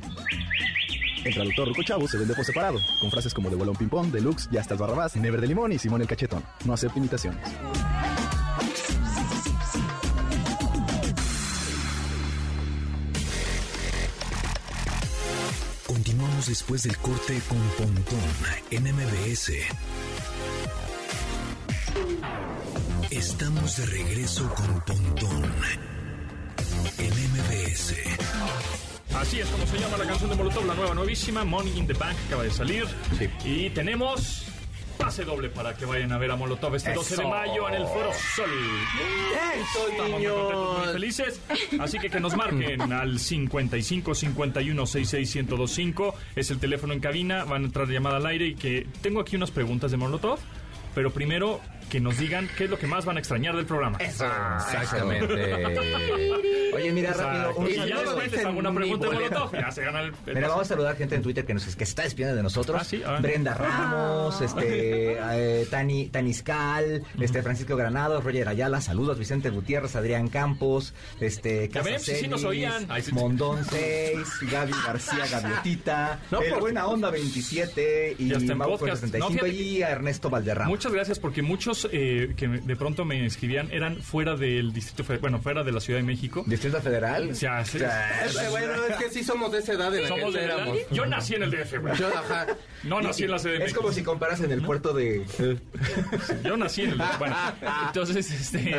El traductor Ruco Chavo se vende por separado, con frases como de Bolón Ping Pong, Deluxe, Ya estás Barrabás, Never de Limón y Simón el Cachetón. No acepta imitaciones.
Continuamos después del corte con Pontón en MBS. Estamos de regreso con Pontón en MBS.
Así es como se llama la canción de Molotov, la nueva, nuevísima, Money in the Bank, acaba de salir. Y tenemos pase doble para que vayan a ver a Molotov este 12 de
Eso.
mayo en el Foro Sol. Estamos muy contentos, muy felices. Así que que nos marquen al 55 51 66 1025. Es el teléfono en cabina. Van a entrar llamada al aire y que tengo aquí unas preguntas de Molotov. Pero primero que nos digan qué es lo que más van a extrañar del programa.
Exactamente. Oye, mira, rápido, un
Y ya
saludo.
después les hago una pregunta de
Mi boleta.
Molotov. Ya se gana el. el
Mira,
pase.
vamos a saludar gente en Twitter que nos que se está despidiendo de
Ah,
nosotros. Brenda Ramos, este, eh, Tani, Taniscal, este, Francisco Granados, Roger Ayala, saludos, Vicente Gutiérrez, Adrián Campos, este,
Ya ven, sí, sí nos
Casaselis,
oían. Ay, sí, sí.
Mondón 6, Gaby García Gaviotita,
No,
el
por-
Buena Onda 27 y
Ya está en
Mau
podcast.
65
No, fíjate
y a Ernesto Valderrama.
Muchas gracias porque muchos eh, que me- de pronto me escribían eran fuera del distrito, Fe- bueno, fuera de la Ciudad de México.
¿Distrito federal?
Ya, sí.
Eh, Bueno, es que sí somos de esa edad en la
Somos
que
de la edad.
éramos.
Yo nací en el DF, güey.
Yo, ajá.
No nací en la CDMX.
Es como si comparas en el puerto de...
Eh. Yo nací en el. Bueno, entonces, este.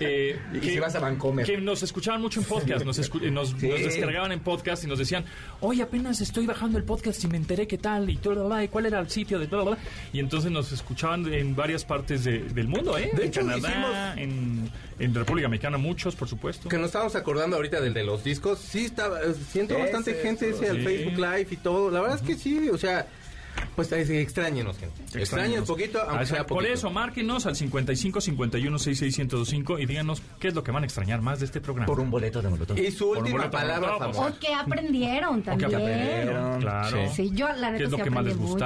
eh,
Y si vas a Vancomer.
Que nos escuchaban mucho en podcast, nos, escu- eh, nos,
Sí.
nos descargaban en podcast y nos decían, oye, apenas estoy bajando el podcast y me enteré qué tal y todo, bla, bla, y cuál era el sitio de todo, bla, bla". Y entonces nos escuchaban en varias partes de, de- del mundo, ¿eh?
De
en
hecho,
Canadá, en, en República Mexicana, muchos, por supuesto.
Que nos estábamos acordando ahorita del de los discos. Sí, estaba, eh, siento
Ese
bastante
es
gente
todo.
ese al
Sí.
Facebook Live y todo. La verdad es que sí, o sea, pues ahí sí, extrañenos, gente. Extrañenos poquito,
Ah,
aunque
exacto.
sea
Por
poquito.
eso, márquenos al 55 51 66 105 y díganos qué es lo que van a extrañar más de este programa. Por
un boleto de Molotov.
Y su
Por un
última
boleto de
palabra
Molotov,
O que aprendieron también.
claro.
Sí, yo la neta sí aprendí mucho.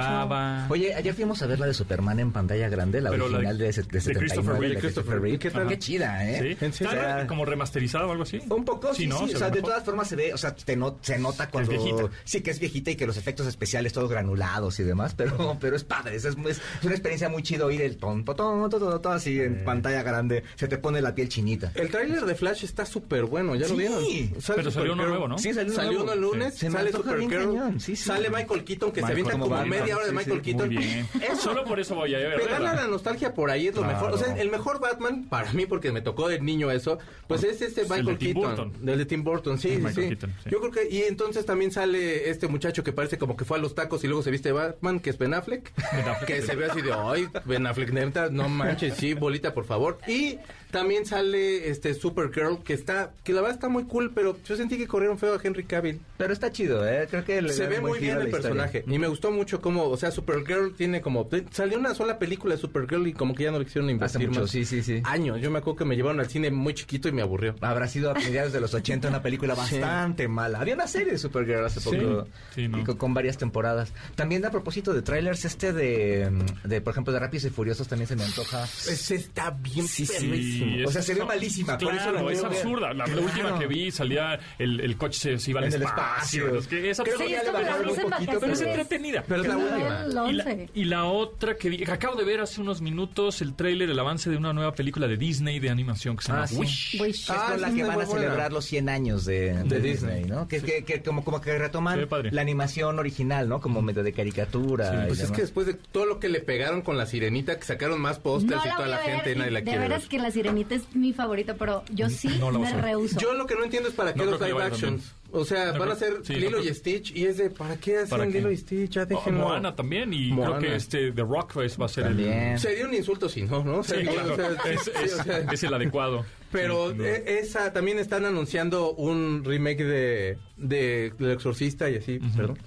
Oye, ayer fuimos a ver la de Superman en pantalla grande, la
Pero la
original de, ese- de 79,
Christopher Reeve.
de Christopher Reeve. ¿Qué tal?
Ajá.
Qué chida, ¿eh?
Sí.
O
¿Está
sea,
como remasterizado o algo así?
Un poco, sí,
¿no?
sí,
Se
o sea,
ve
de
mejor.
todas formas se ve, o sea, te no- se nota cuando...
viejita.
Sí, que es viejita y que los efectos especiales todos granulados y demás, pero, pero es padre, es, es, es una experiencia muy chido oír el ton, ton, ton, ton, ton, ton, así en pantalla grande, se te pone la piel chinita.
El tráiler de Flash está súper bueno, ya lo
Sí.
vieron. Sale
Pero salió
Supergirl.
uno nuevo, ¿no?
Sí, salió,
Salió
uno
uno
el lunes,
sí. Se me
sale
antoja bien
Supergirl,
cañón, sí, sí.
sale Michael Keaton, que
Michael
se avienta
como
como
Batman,
media hora de
sí,
Michael
sí,
Keaton.
muy bien.
Eso,
Solo por eso voy a ir a verla.
Pegarle a la nostalgia por ahí es lo
Claro.
mejor. O sea, el mejor Batman, para mí, porque me tocó de niño eso, pues es este
Ah, Es el
Michael
de Tim
Keaton.
Burton.
Del de Tim Burton, sí,
El
sí,
Michael
sí.
Keaton, sí.
Yo creo que, y entonces también sale este muchacho que parece como que fue a los tacos y luego se viste de Batman, que es Ben Affleck, que se ve así de, ay, Ben Affleck, neta, no manches, sí, bolita, por favor. Y también sale este Supergirl, que está, que la verdad está muy cool, pero yo sentí que corrieron feo a Henry Cavill.
Pero está chido, ¿eh? Creo que le
Se
da
ve
un buen
muy
giro
bien
a la
el
historia.
personaje. Y me gustó mucho cómo, o sea, Supergirl tiene como. Salió una sola película de Supergirl y como que ya no le quisieron
Hace
invertir
mucho,
más.
sí, sí, sí.
Años. Yo me acuerdo que me llevaron al cine muy chiquito y me aburrió.
Habrá sido a mediados de los 80 una película
Sí.
bastante mala. Había una serie de Supergirl hace
Sí,
poco
sí, no.
y con, con varias temporadas. También a propósito de trailers, este de, mm, de, por ejemplo, de Rápidos y Furiosos también se me antoja.
Ese está bien
Sí, sí.
Sí,
O sea,
es-
se ve
no,
malísima. por eso la
Claro, es
quiero ver.
absurda. La, la
Claro.
última que vi salía el, el coche se, se iba al
En el
espacio.
espacio.
Es que es
Creo
absurda.
que ya le
pero
bajaron
es
un
entretenida,
poquito,
pero es
pero-
entretenida.
pero es la última.
Y la, y la otra que vi, que acabo de ver hace unos minutos el tráiler, el avance de una nueva película de Disney de animación que se llama
Ah, sí.
Wish.
Es con la que van a celebrar los 100 años de, de Disney, ¿no? Que, que- que como, como que
Se
retoman
ve padre.
la animación original, ¿no? Como medio de caricatura. y
pues es
demás.
que después de todo lo que le pegaron con la sirenita, que sacaron más pósters
No
y
la
toda
voy
la
a ver,
gente,
y
nadie la
De
quiere ver.
veras que la sirenita es mi favorita, pero yo sí
No la vas
me
a ver.
rehuso.
Yo lo que no entiendo es para qué
No creo
los
que la
live
vayan a ver.
actions. O sea,
No
van a
creo-
hacer
sí, no
Lilo
creo-
y Stitch y es de ¿para qué hacen
¿Para qué?
Lilo y Stitch? Ya
Oh,
déjenlo.
Moana también y
Moana.
creo que este The Rock es- va a ser el...
Sería un insulto si no, ¿no? O sea,
Sí,
digo,
claro.
o sea,
es,
sí,
es-
o sea.
es el adecuado.
Pero
Sí, no.
e- esa también están anunciando un remake de, de, El Exorcista y así, perdón.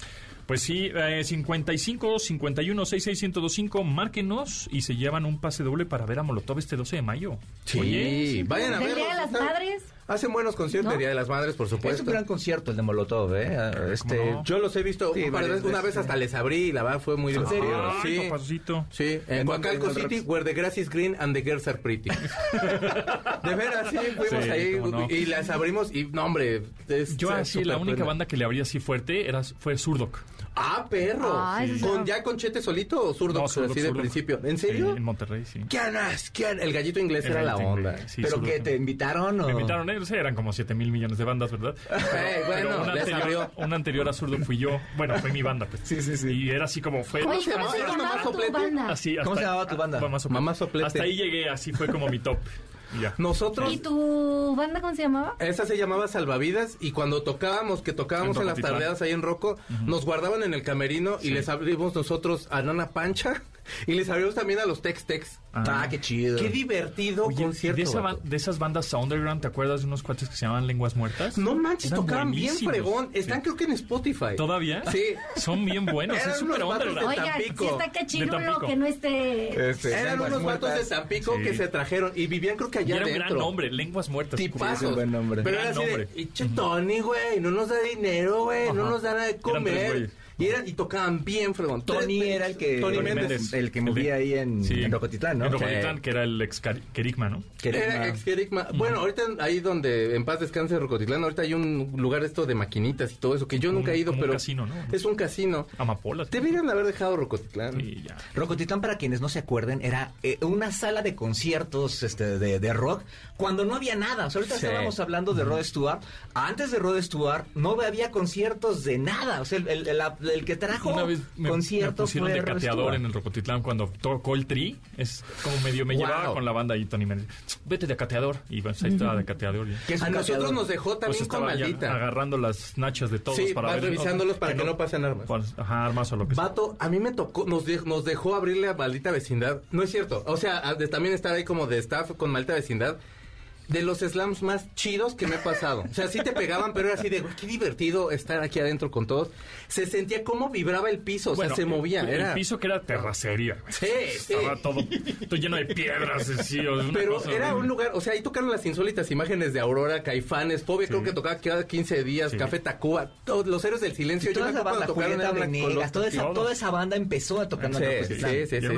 Pues sí, eh, 55 51 66 1025, márquenos y se llevan un pase doble para ver a Molotov este 12 de mayo.
Sí, vayan a
¿Del
verlos,
Día de las
están-
Madres?
Hacen buenos conciertos
¿No?
de Día de las Madres, por supuesto.
Es un gran concierto el de Molotov, ¿eh? Este,
No. Yo los he visto
Sí,
un par de
varias
veces, una
veces.
vez hasta les abrí y la verdad fue muy
¿En
divertido.
serio?
Ay,
Sí, sí. En
¿En dónde?
Coacalco
¿En el
City,
Rex?
where the grass is green and the girls are pretty. de veras, sí, fuimos
Sí,
ahí
cómo no.
y las abrimos y no, hombre. es-
Yo
es
así, la
súper
única
buena.
banda que le abría así fuerte era, fue Zurdok.
Ah, perro.
Ah, eso sí.
¿Con, ¿Ya con Chete solito o zurdo?
No,
así
Zurdok,
de
Zurdok.
principio. ¿En serio?
Sí, en Monterrey, sí.
¿Quién es? ¿Quién? El gallito inglés
El
era la
gallito
onda.
inglés, sí,
¿Pero
Zurdok.
qué? ¿Te invitaron o...?
Me invitaron ellos, eran como 7 mil millones de bandas, ¿verdad? Pero
bueno,
una,
les
anterior,
abrió.
una anterior a Zurdo fui yo. Bueno, fue mi banda, pues. Sí, sí, sí. Y era así como fue.
Oye,
no sé,
¿cómo se
era
llamaba
Mamá
tu banda?
Así,
¿Cómo
hasta-
se llamaba tu banda?
Mamá Soplete.
Mamá Soplete.
Hasta ahí llegué, así fue como mi top. Y ya.
Nosotros...
¿Y tu banda cómo se llamaba?
Esa se llamaba Salvavidas y cuando tocábamos, que tocábamos
En
en, las
Rocotitlán.
tardeadas ahí en Rocco, nos guardaban en el camerino y les abrimos nosotros a Nana Pancha y les abrimos también a los Tex Tex.
Ah.
Ah, qué chido.
Qué divertido
Oye,
concierto.
de, esa
vato.
ban- de esas bandas underground, ¿te acuerdas de unos cuates que se llamaban Lenguas Muertas?
No manches,
Eran
tocaban bien
buenísimos.
fregón. Están creo que en Spotify.
¿Todavía?
Sí.
Son bien buenos,
Eran
es súper
unos vatos
underground.
de Este,
Oigan, si está
De
cachirulo
Tampico.
que no esté...
Eran unos vatos de Tampico
Sí.
que se trajeron y vivían creo que
Y
allá
era un
dentro.
gran nombre, Lenguas Muertas.
Tipazos.
Curioso.
Pero
Gran
era así
nombre.
de, y che, Tony, güey, no nos da dinero, güey, no
Ajá.
nos da nada de
Eran tres
comer.
güeyes.
Y, era, y tocaban bien, fregón.
Tony
Tres-
era el que,
Tony Méndez.
el que movía ahí en,
Sí.
en
Ah,
Rocotitlán, ¿no?
En Rocotitlán, que era el ex Cari- Kerigma, ¿no?
Era ex Querigma. Bueno, ahorita ahí donde en paz descanse Rocotitlán, ahorita hay un lugar esto de maquinitas y todo eso que yo nunca he ido,
como un
pero
casino, ¿no?
es un casino.
Amapolas.
Deberían haber dejado Rocotitlán.
Sí, ya.
Rocotitlán, para quienes no se acuerden, era eh, una sala de conciertos este, de, de rock cuando no había nada. O sea, ahorita
Sí.
estábamos hablando de Rod Stewart. Antes de Rod Stewart no había conciertos de nada. O sea, el- el- la, el que trajo
Una vez me, me
concierto
pusieron
fue
de
Rod
cateador
Stewart.
en el Rocotitlán cuando tocó el tri. Es como medio me
Wow.
llevaba con la banda y Tony me decía, vete de cateador. Y pues, ahí estaba de cateador. ya.
Que es un A nosotros cateador. nos dejó también con
estaba ya
maldita.
Agarrando las nachas de todos
Sí,
para
vas
ver.
revisándolos para que no pasen armas.
pues, Ajá, armas o lo que sea.
Vato, a mí me tocó, nos, dej- nos dejó abrir la maldita vecindad. No es cierto. O sea, a- de- también estar ahí como de staff con maldita vecindad. De los slams más chidos que me he pasado. O sea, sí te pegaban, pero era así de, güey, qué divertido estar aquí adentro con todos. Se sentía cómo vibraba el piso, o sea,
Bueno,
se movía.
El, el
era...
piso que era terracería. güey.
Sí, sí.
Estaba todo, todo lleno de piedras. así, o una
Pero
cosa
era
horrible.
un lugar, o sea, ahí tocaron las insólitas imágenes de Aurora, Caifanes, Fobia, creo que tocaba cada 15 días, Café Tacuba, todos los héroes del silencio.
toda
me
esa
acuerdo
banda,
cuando tocaron
Julieta
era Black
Venegas,
Colossus,
toda esa,
todos.
toda esa banda empezó a tocar
Sí,
en
sí,
Rocotitlán.
sí, sí, sí, sí, sí.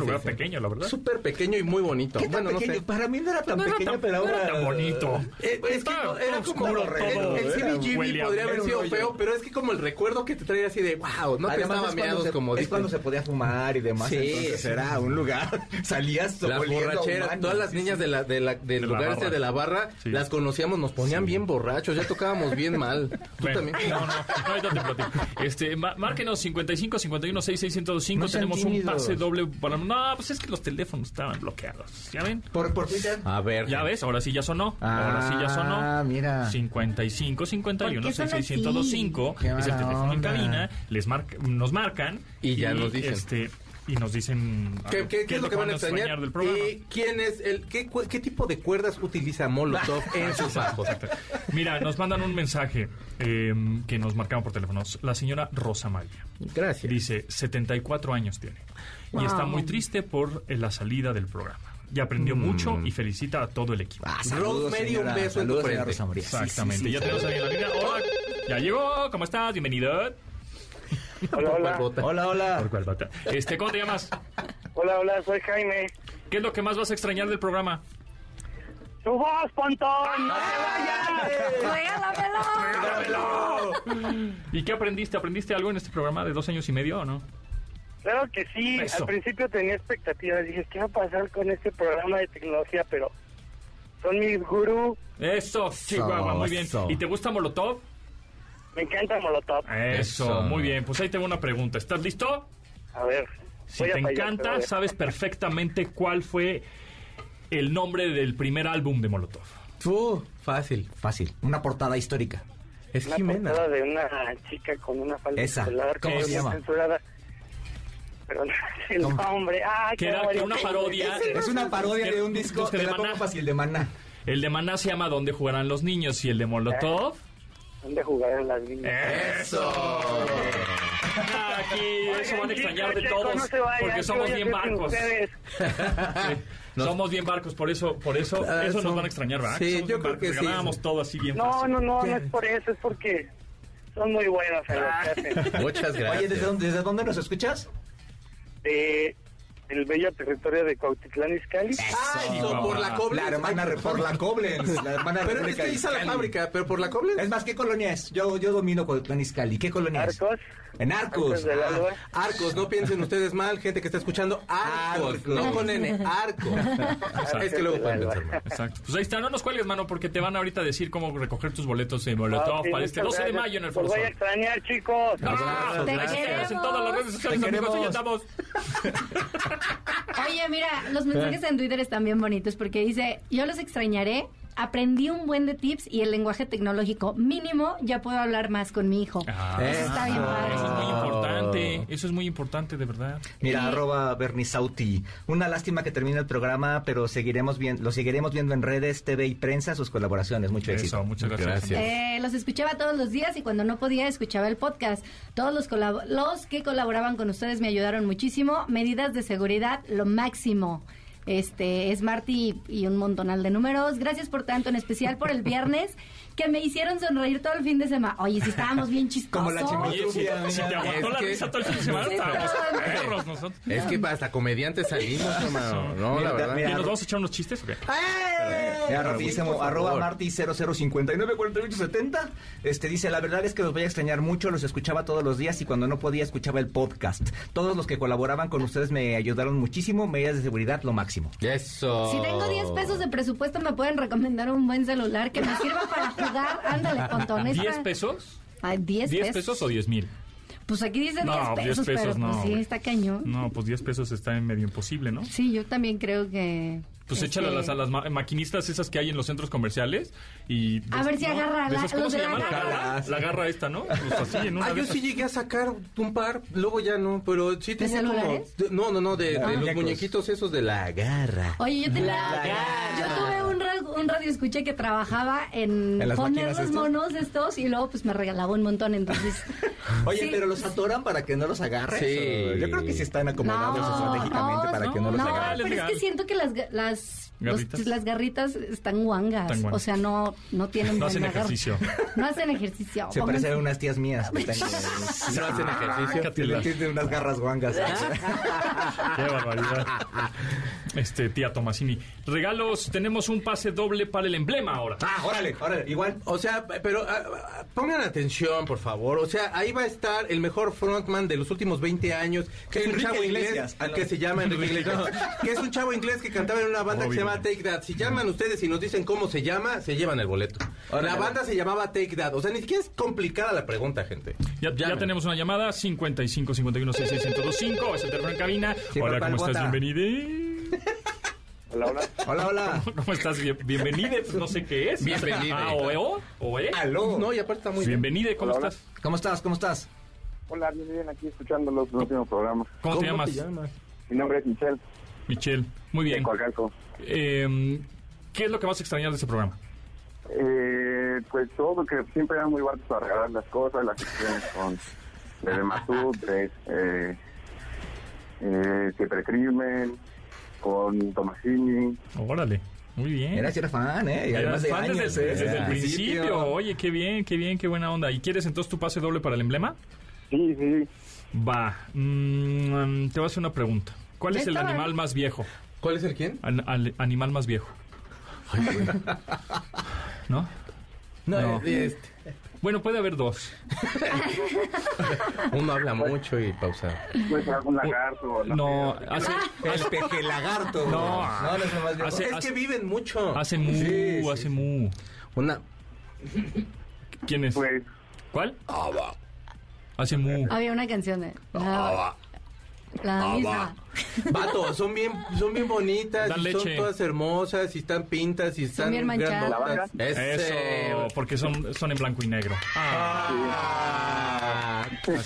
Súper pequeño y muy bonito.
pues, ¿Qué tan
Bueno, no
pequeño?
sé.
Para mí no era tan
No era
pequeño,
tan-
pero
no era
ahora...
tan bonito. Eh, es que
Está
no, era
oscuro
como el-
todo,
el,
era
CBGB
huele a
podría haber
mierda,
sido
un
feo,
hoyo.
pero es que como el recuerdo que te trae así de wow, no te
Además,
estaba
es cuando
meados
se-
como
Es
dicen.
cuando se podía fumar y demás,
Sí,
entonces
sí.
era un lugar... Salías
Las
oliendo a
borracheras,
humano.
todas las
Sí,
niñas
sí.
de la, de la, del
De la
lugar este
barra.
de la barra,
Sí.
las conocíamos, nos ponían bien borrachos, ya tocábamos bien mal. Tú
Bueno,
también.
No, no, no, ahorita te platico. Este, má- márquenos 55 51 66 125.
No sean
Tenemos un
tímidos.
pase doble para. No, pues es que los teléfonos estaban bloqueados. ¿Ya ven?
Por, por Twitter.
A ver.
¿Ya ves? Ahora sí ya sonó. Ahora sí ya sonó.
Ah, mira.
55 51
¿Por qué son
66
así?
125.
Qué
Es el
mala
teléfono en
onda.
cabina. Les marca, nos marcan.
Y ya nos dicen.
Este, y nos dicen. a
¿Qué,
ver,
qué- qué es lo que van a extrañar?
del programa.
¿Y quién es el, qué, cu- qué tipo de cuerdas utiliza Molotov en sus Pues, bajos?
Mira, nos mandan un mensaje eh, que nos marcaban por teléfono. La señora Rosa María.
Gracias.
Dice, 74 años tiene.
Wow.
Y está muy triste por eh, la salida del programa. Y aprendió mucho y felicita a todo el equipo.
Mm. Ah, saludos, Rosemary, señora. un beso en tu Saludos, señora frente. Rosa María.
Exactamente.
Sí, sí, sí,
ya
sí.
tenemos a alguien en la línea. Hola, ya llegó. ¿Cómo estás? Bienvenido. Hola, hola.
Hola, hola.
Por cual bota. Este, ¿cómo te llamas?
Hola, hola, soy Jaime.
¿Qué es lo que más vas a extrañar del programa?
¡Tu voz, Pontón! ¡No te
¿Y qué aprendiste? ¿Aprendiste algo en este programa de dos años y medio o no?
Claro que sí,
Eso.
al principio tenía expectativas. Dije, ¿qué va a pasar con este programa de tecnología? Pero son mis gurú.
Eso, Chihuahua, muy bien.
eso.
¿Y te gusta Molotov?
Me encanta Molotov.
Eso, muy bien. Pues ahí tengo una pregunta. ¿Estás listo?
A ver.
Si
voy a fallar,
te
pero a
encanta,
ver.
sabes perfectamente cuál fue el nombre del primer álbum de Molotov.
Tú, fácil.
Fácil. Una portada histórica. Es
Una
Jimena.
portada de una chica con una falda
Esa.
escolar,
¿Cómo
que
se
fue
llama?
Censurada. Perdón, el nombre. Ah,
Que
qué
era- que
barbaridad.
una parodia.
Es, una parodia de un
Que-
disco
pues que
de
de
la
Maná.
pongo fácil de Maná.
El de Maná se llama Donde jugarán los niños y el de Molotov.
¿Dónde jugarán las niñas?
¡Eso! Ah, Aquí eso van a extrañar de
chicos,
todos
no se vayan,
porque
yo
somos
ya
bien
estoy sin
barcos.
ustedes.
Sí, Somos bien barcos, por eso, por eso,
Ah,
eso
eso.
nos van a extrañar, ¿verdad?
Sí,
Somos
yo
bien
creo
barcos,
que sí.
Ganábamos todo así bien
No,
fácil.
no, no, no es por eso, es porque son muy buenos en lo que hacen.
Oye, ¿desde dónde, desde dónde nos escuchas?
De- del bello territorio de Cuautitlán Izcalli.
Ay, son por la Coblenz.
La hermana, re- por la Coblenz. La hermana
Pero
república
es que hizo la
Izcalli.
fábrica, pero por la Coblenz.
Es más, ¿qué colonia es? Yo, yo domino Cuautitlán Izcalli. ¿Qué colonia
Arcos.
es? En Arcos.
Arcos del
Ah,
Alba. Arcos, no piensen ustedes mal, gente que está escuchando.
Ah,
Arcos,
Arcos.
no con N, Arcos.
Exacto.
Ah, es que luego pueden pensar mal.
Exacto. Pues ahí está, no nos cuelgues, mano, porque te van ahorita a decir cómo recoger tus boletos de Molotov
Ah, sí,
para este
muchas
12 de
gracias.
mayo en el
Los
Foro
voy a
Sol.
extrañar, chicos.
Ah,
Te
gracias.
queremos.
En todas las redes sociales,
Te
amigos,
queremos.
ahí andamos.
Oye, mira, los mensajes en Twitter están bien bonitos porque dice, yo los extrañaré, aprendí un buen de tips y el lenguaje tecnológico mínimo, ya puedo hablar más con mi hijo.
eh,
Eso está bien padre.
Eso es muy importante, eso es muy importante, de verdad.
Mira, arroba Bernisauti. Una lástima que termine el programa, pero seguiremos bien, lo seguiremos viendo en redes, TV y prensa, sus colaboraciones. Mucho
Eso,
éxito.
muchas gracias.
Eh, los escuchaba todos los días y cuando no podía escuchaba el podcast. Todos los, colabo- los que colaboraban con ustedes me ayudaron muchísimo. Medidas de seguridad, lo máximo. Este es Marty y un montonal de números. Gracias por tanto, en especial por el viernes que me hicieron sonreír todo el fin de semana. Oye, si estábamos bien chistosos.
Como la
Oye, si,
Oye,
si te aguantó
es
la
que-
risa todo el fin de semana,
Sí,
estábamos
estaban-
perros nosotros.
Es que hasta comediantes salimos, hermano. No, la
Mira,
verdad. Ah,
mira,
¿Y nos vamos a echar unos chistes? o qué?
Mira,
Pero,
rapidísimo,
por favor.
Eh, arroba marty 00594870 Este dice, la verdad es que los voy a extrañar mucho, los escuchaba todos los días y cuando no podía escuchaba el podcast. Todos los que colaboraban con ustedes me ayudaron muchísimo, medidas de seguridad lo máximo.
Eso.
Si tengo
Oh.
10 pesos de presupuesto, me pueden recomendar un buen celular que me sirva para jugar. Ándale, con
¿10 pesos?
¿10
¿10 pesos o 10 mil?
Pues aquí dice 10
No,
pesos,
10 pesos,
pero
no,
pues sí,
güey.
está cañón.
No, pues 10 pesos está en medio imposible, ¿no?
Sí, yo también creo que...
Pues
este,
échale a las, a las ma- maquinistas esas que hay en los centros comerciales y...
A ver si agarra
¿De
la-
esas ¿Cómo
los
se
de la
llaman?
garra.
Garra. La garra esta, ¿no? Pues así, en una
Ah,
de
yo
esas.
sí llegué a sacar un par, luego ya no, pero sí tenía como-
celulares?
de- no, no, no, de, de
Ah.
los muñequitos esos de la garra.
Oye, yo tenía... Yo tuve un, radio, un radioescuché que trabajaba en,
¿En las
poner
máquinas
los
estas?
monos estos y luego pues me regalaba un montón, entonces...
Oye, pero los atoran para que no los agarres.
Sí.
Yo creo que sí están acomodados estratégicamente para que no los agarres.
pero es que siento que las, ga- las, los-
¿Garritas?
las garritas están guangas.
Están guangas.
O sea, no, no tienen
No
buen
hacen
agarre.
ejercicio.
No hacen ejercicio.
Se
Pónganse-
parecen a unas tías mías que están- no hacen ejercicio. Tienen, tienen unas garras guangas.
Qué barbaridad. Este, tía Tomasini. Regalos, tenemos un pase doble para el emblema ahora.
Ah, órale, órale, igual. O sea, pero ah, ah, pongan atención, por favor. O sea, ahí va a estar el mejor frontman de los últimos 20 años, que es un
Enrique
chavo
Iglesias.
inglés,
Ah, no.
que se llama Enrique Iglesias, no, que es un chavo inglés que cantaba en una banda que se
Obvio.
llama Take That. Si
Mm.
llaman ustedes y nos dicen cómo se llama, se llevan el boleto. la
ya.
banda se llamaba Take That. O sea, ni siquiera es complicada la pregunta, gente.
Ya, ya tenemos una llamada, 55 51 66 1025, es el teléfono en cabina.
Sí,
hola,
papá,
¿cómo
el
estás?
bota.
Bienvenido.
Hola, hola.
Hola, hola.
¿Cómo, cómo estás? Bien- bienvenide, pues no sé qué es.
Bienvenide.
Ah, o e o, o e.
Aló.
No, y aparte está muy bien.
Bienvenide, ¿cómo
Hola, hola.
estás?
¿Cómo estás? ¿Cómo estás?
Hola, bien, bien, aquí escuchando los últimos programas.
¿Cómo te llamas?
Mi nombre es Michelle.
Michelle, muy bien.
Coacalco.
Eh, ¿Qué es lo que vas a extrañar de este programa?
Eh, pues todo, que siempre eran muy baratos para regalar las cosas, las sesiones con de Matú, de eh, eh, Siempre Crimen, con Tomasini.
Órale, muy bien.
Era si era fan, ¿eh? Y
Eras
además de
fan
años,
desde,
¿eh?
desde
Desde
el
el
principio.
principio.
Oye, qué bien, qué bien, qué buena onda. ¿Y quieres entonces tu pase doble para el emblema?
Sí, sí.
Va. Mm, te voy a hacer una pregunta. ¿Cuál
Ya
es el
estaba.
animal más viejo?
¿Cuál es el quién?
animal más viejo. ¿No?
No, este.
Bueno, puede haber dos.
Uno habla mucho y pausa.
Pues algún lagarto.
No, hace...
El pejelagarto.
No,
no, no es lo más bien.
hace-
es
hace-
que viven mucho.
Hace mu,
Sí, sí.
hace mu.
Una.
¿Quién es?
Pues.
¿Cuál? Hace mu.
Había una canción de...
Ah,
La, la
Ah,
misma.
Vato, son bien, son bien bonitas,
Dan
y son
leche.
todas hermosas, y están pintas, y están
bien manchadas.
grandotas. Ese.
Eso, porque son, son en blanco y negro. Ah.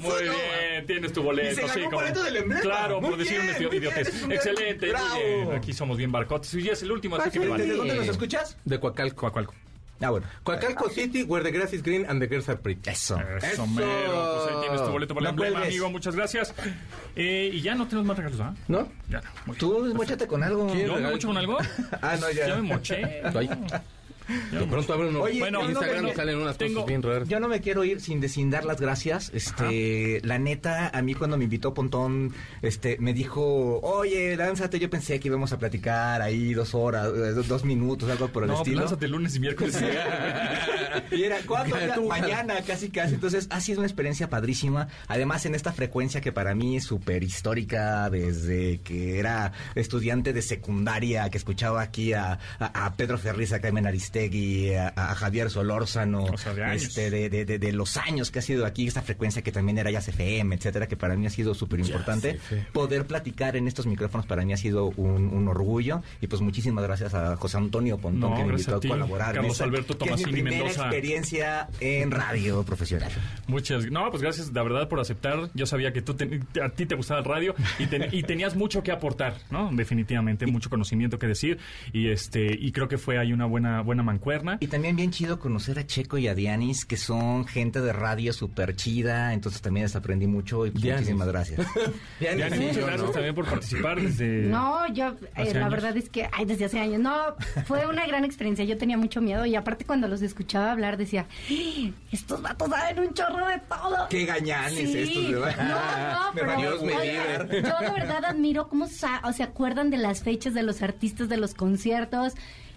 Muy bien, tienes tu boleto.
Y se ganó
sí,
un
como-
boleto del emblema.
Claro,
Muy
por decir
bien,
un
muy bien,
idiotez.
eres un gran-
Excelente, muy
Bravo.
bien. Aquí somos bien barcotes. Y ya es el último, así que me vale.
¿Desde Pues, dónde nos escuchas?
De Coacalco.
Coacalco.
Ah, bueno.
Coacalco City, where the grass is green and the girls are pretty. Eso.
Eso, mero. Pues ahí tienes tu boleto para el
No
emblema,
cuelgues.
amigo. Muchas gracias. Eh, y ya no tenemos más regalos, ¿ah?
¿No?
Ya
Tú mochate con algo.
¿Yo me mocho con algo?
Ah, no, ya.
Ya me moché.
Ay. De pronto abren unos.
Oye,
bueno,
yo
en
no
Instagram
me-
salen unas
tengo-
cosas bien raras.
Yo no me quiero ir sin, de- sin dar las gracias. Este, la neta, a mí cuando me invitó Pontón, este, me dijo, oye, lánzate. Yo pensé que íbamos a platicar ahí dos horas, eh, dos, dos minutos, algo por el
No,
estilo.
lánzate lunes y miércoles.
Y era, ¿cuándo? Ya,
Tú,
mañana, casi, casi. Entonces, ha sido una experiencia padrísima. Además, en esta frecuencia que para mí es súper histórica, desde que era estudiante de secundaria, que escuchaba aquí a, a- a Pedro Ferriz, a Carmen Aristegui, a, a Javier Solórzano,
de años.
este, de, de- de- de los años que ha sido aquí, esta frecuencia que también era Jazz FM, etcétera, que para mí ha sido súper importante. Poder platicar en estos micrófonos para mí ha sido un, un orgullo. Y pues, muchísimas gracias a José Antonio Pontón,
No,
que me
gracias
invitó
a
a
ti,
colaborar. en
Carlos
esta-
Alberto
que es mi
Tomasini
primera
Mendoza.
experiencia en radio profesional.
Muchas No, pues gracias, la verdad, por aceptar. Yo sabía que tú te- a ti te gustaba el radio y, ten- y tenías mucho que aportar, ¿no? Definitivamente, mucho conocimiento que decir. Y este y creo que fue ahí una buena buena mancuerna.
Y también bien chido conocer a Checo y a Dianis, que son gente de radio súper chida. Entonces también les aprendí mucho y pues,
Dianis.
muchísimas gracias.
Diana,
sí,
muchas
yo
gracias
no.
también por participar desde...
No, yo, eh,
hace
la
años.
verdad es que, ay, desde hace años, no, fue una gran experiencia, yo tenía mucho miedo y aparte cuando los escuchaba hablar decía, "¡Ah! estos vatos saben un chorro de todo.
Qué gañanes
Sí.
estos, ¿verdad?
No, no,
Me
pero,
valió, me
oigan,
libre.
yo de verdad admiro cómo sa- o se acuerdan de las fechas de los artistas, de los conciertos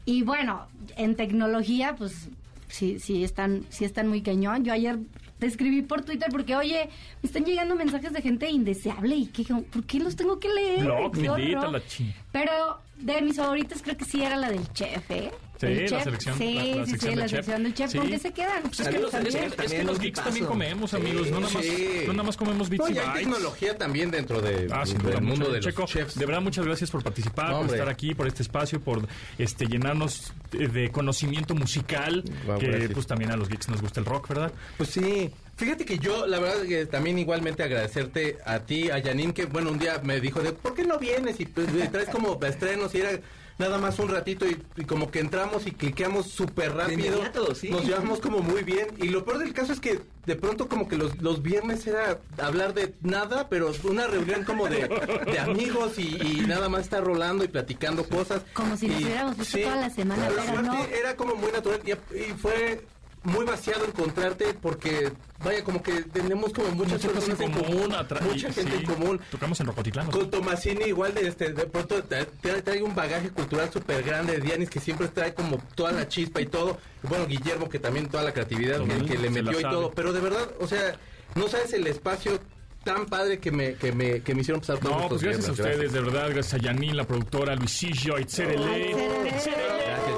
y bueno, en tecnología, pues sí, sí están, sí están muy cañón. Yo ayer te escribí por Twitter porque, oye, me están llegando mensajes de gente indeseable y que, ¿por qué los tengo que leer?
Blog,
Qué horror.
delete a la chingada.
Pero de mis favoritas creo que sí era la del chef, ¿eh?
Sí,
El
la
chef.
selección-
Sí,
la- la
sí,
sección
sí,
del
la
chef.
sección del chef.
Sí.
¿Con qué se quedan?
Pues es que los, es- es que los geeks también comemos, amigos. No, nada más, no nada más comemos bits
No,
y
y hay
bytes.
tecnología también dentro de,
Ah, sin duda,
del
muchas
mundo de los
gracias, Checo.
chefs.
De verdad, muchas gracias por participar,
No,
por
hombre.
estar aquí, por este espacio, por este llenarnos eh, de conocimiento musical,
Wow,
que
gracias.
pues también a los geeks nos gusta el rock, ¿verdad?
Pues sí. Fíjate que yo, la verdad, que también igualmente agradecerte a ti, a Janine, que bueno, un día me dijo, de, ¿por qué no vienes? Y pues, me traes como estrenos y era nada más un ratito y, y como que entramos y cliqueamos súper rápido.
inmediato, sí.
Nos llevamos como muy bien. Y lo peor del caso es que de pronto como que los, los viernes era hablar de nada, pero una reunión como de, de amigos y, y nada más estar rolando y platicando cosas.
Como si nos
Y-
hubiéramos visto
sí.
toda la semana,
Pero
pero Ah, no.
aparte era como muy natural y, y fue muy vaciado encontrarte porque vaya como que tenemos como muchas
Muchas
personas
cosas
en
en
común,
común, atra-
mucha
y-
gente
sí.
en común.
Tocamos en Rocotitlán. ¿no?
Con Tomasini igual de este de pronto tra- tra- trae un bagaje cultural súper grande de Dianis que siempre trae como toda la chispa y todo. Y bueno, Guillermo que también toda la creatividad que,
Ujú,
que le
se la
metió y
sabe.
todo, pero de verdad, o sea, no sabes el espacio tan padre que me que me que me hicieron pasar todos
No,
estos
pues gracias a
viernes.
ustedes, de verdad. Gracias a Yanin, la productora, a Luisillo, E, a Itzerele.
Gracias,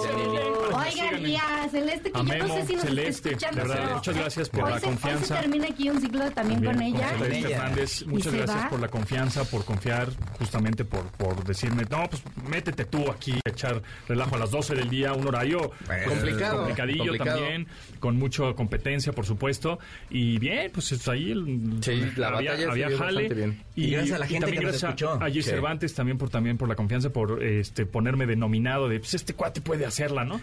Janine.
Oigan, y a Celeste, que
A
yo
Memo,
no sé si nos
Celeste,
está escuchando.
de verdad,
pero
muchas gracias por
hoy
la
se- hoy
confianza.
se termina aquí un ciclo también con
Bien,
ella.
Celeste Fernández,
¿Y
muchas
se
gracias
va?
por la confianza, por confiar justamente por, por decirme, no, pues métete tú aquí, a echar relajo a las 12 del día, un horario pues,
complicado,
complicadillo
complicado.
también, con mucha competencia, por supuesto. Y bien, pues es ahí el,
la
había,
batalla se
había
dio
jale.
bastante bien. Y gracias a la gente
también
que nos
gracias a-
escuchó.
A Gis
Sí.
Cervantes también por, también por la confianza, por este ponerme denominado de, pues este cuate puede hacerla, ¿no?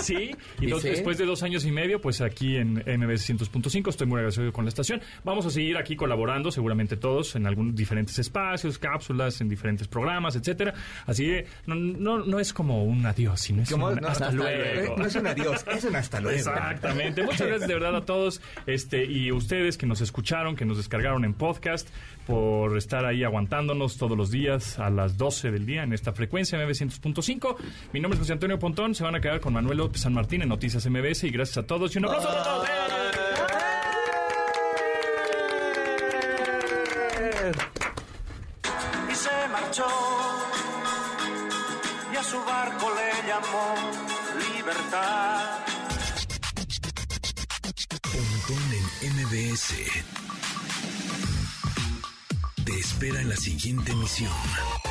sí, y
Y
dos-
sí.
después de dos años y medio, pues aquí en MBS 100.5 estoy muy agradecido con la estación. Vamos a seguir aquí colaborando, seguramente todos, en algunos diferentes espacios, cápsulas, en diferentes programas, etcétera. Así que no, no, no es como un adiós, sino es
Como-
un
no,
hasta,
hasta
luego.
luego. No es un adiós, es un hasta luego.
Exactamente. Muchas gracias de verdad a todos este y a ustedes que nos escucharon, que nos descargaron en podcast, por estar ahí aguantándonos todos los días a las 12 del día en esta frecuencia MB100.5. Mi nombre es José Antonio Pontón. Se van a quedar con Manuel López San Martín en Noticias MBS y gracias a todos y un aplauso para todos.
y se marchó y a su barco le llamó libertad.
Pontón en MBS. Te espera en la siguiente emisión.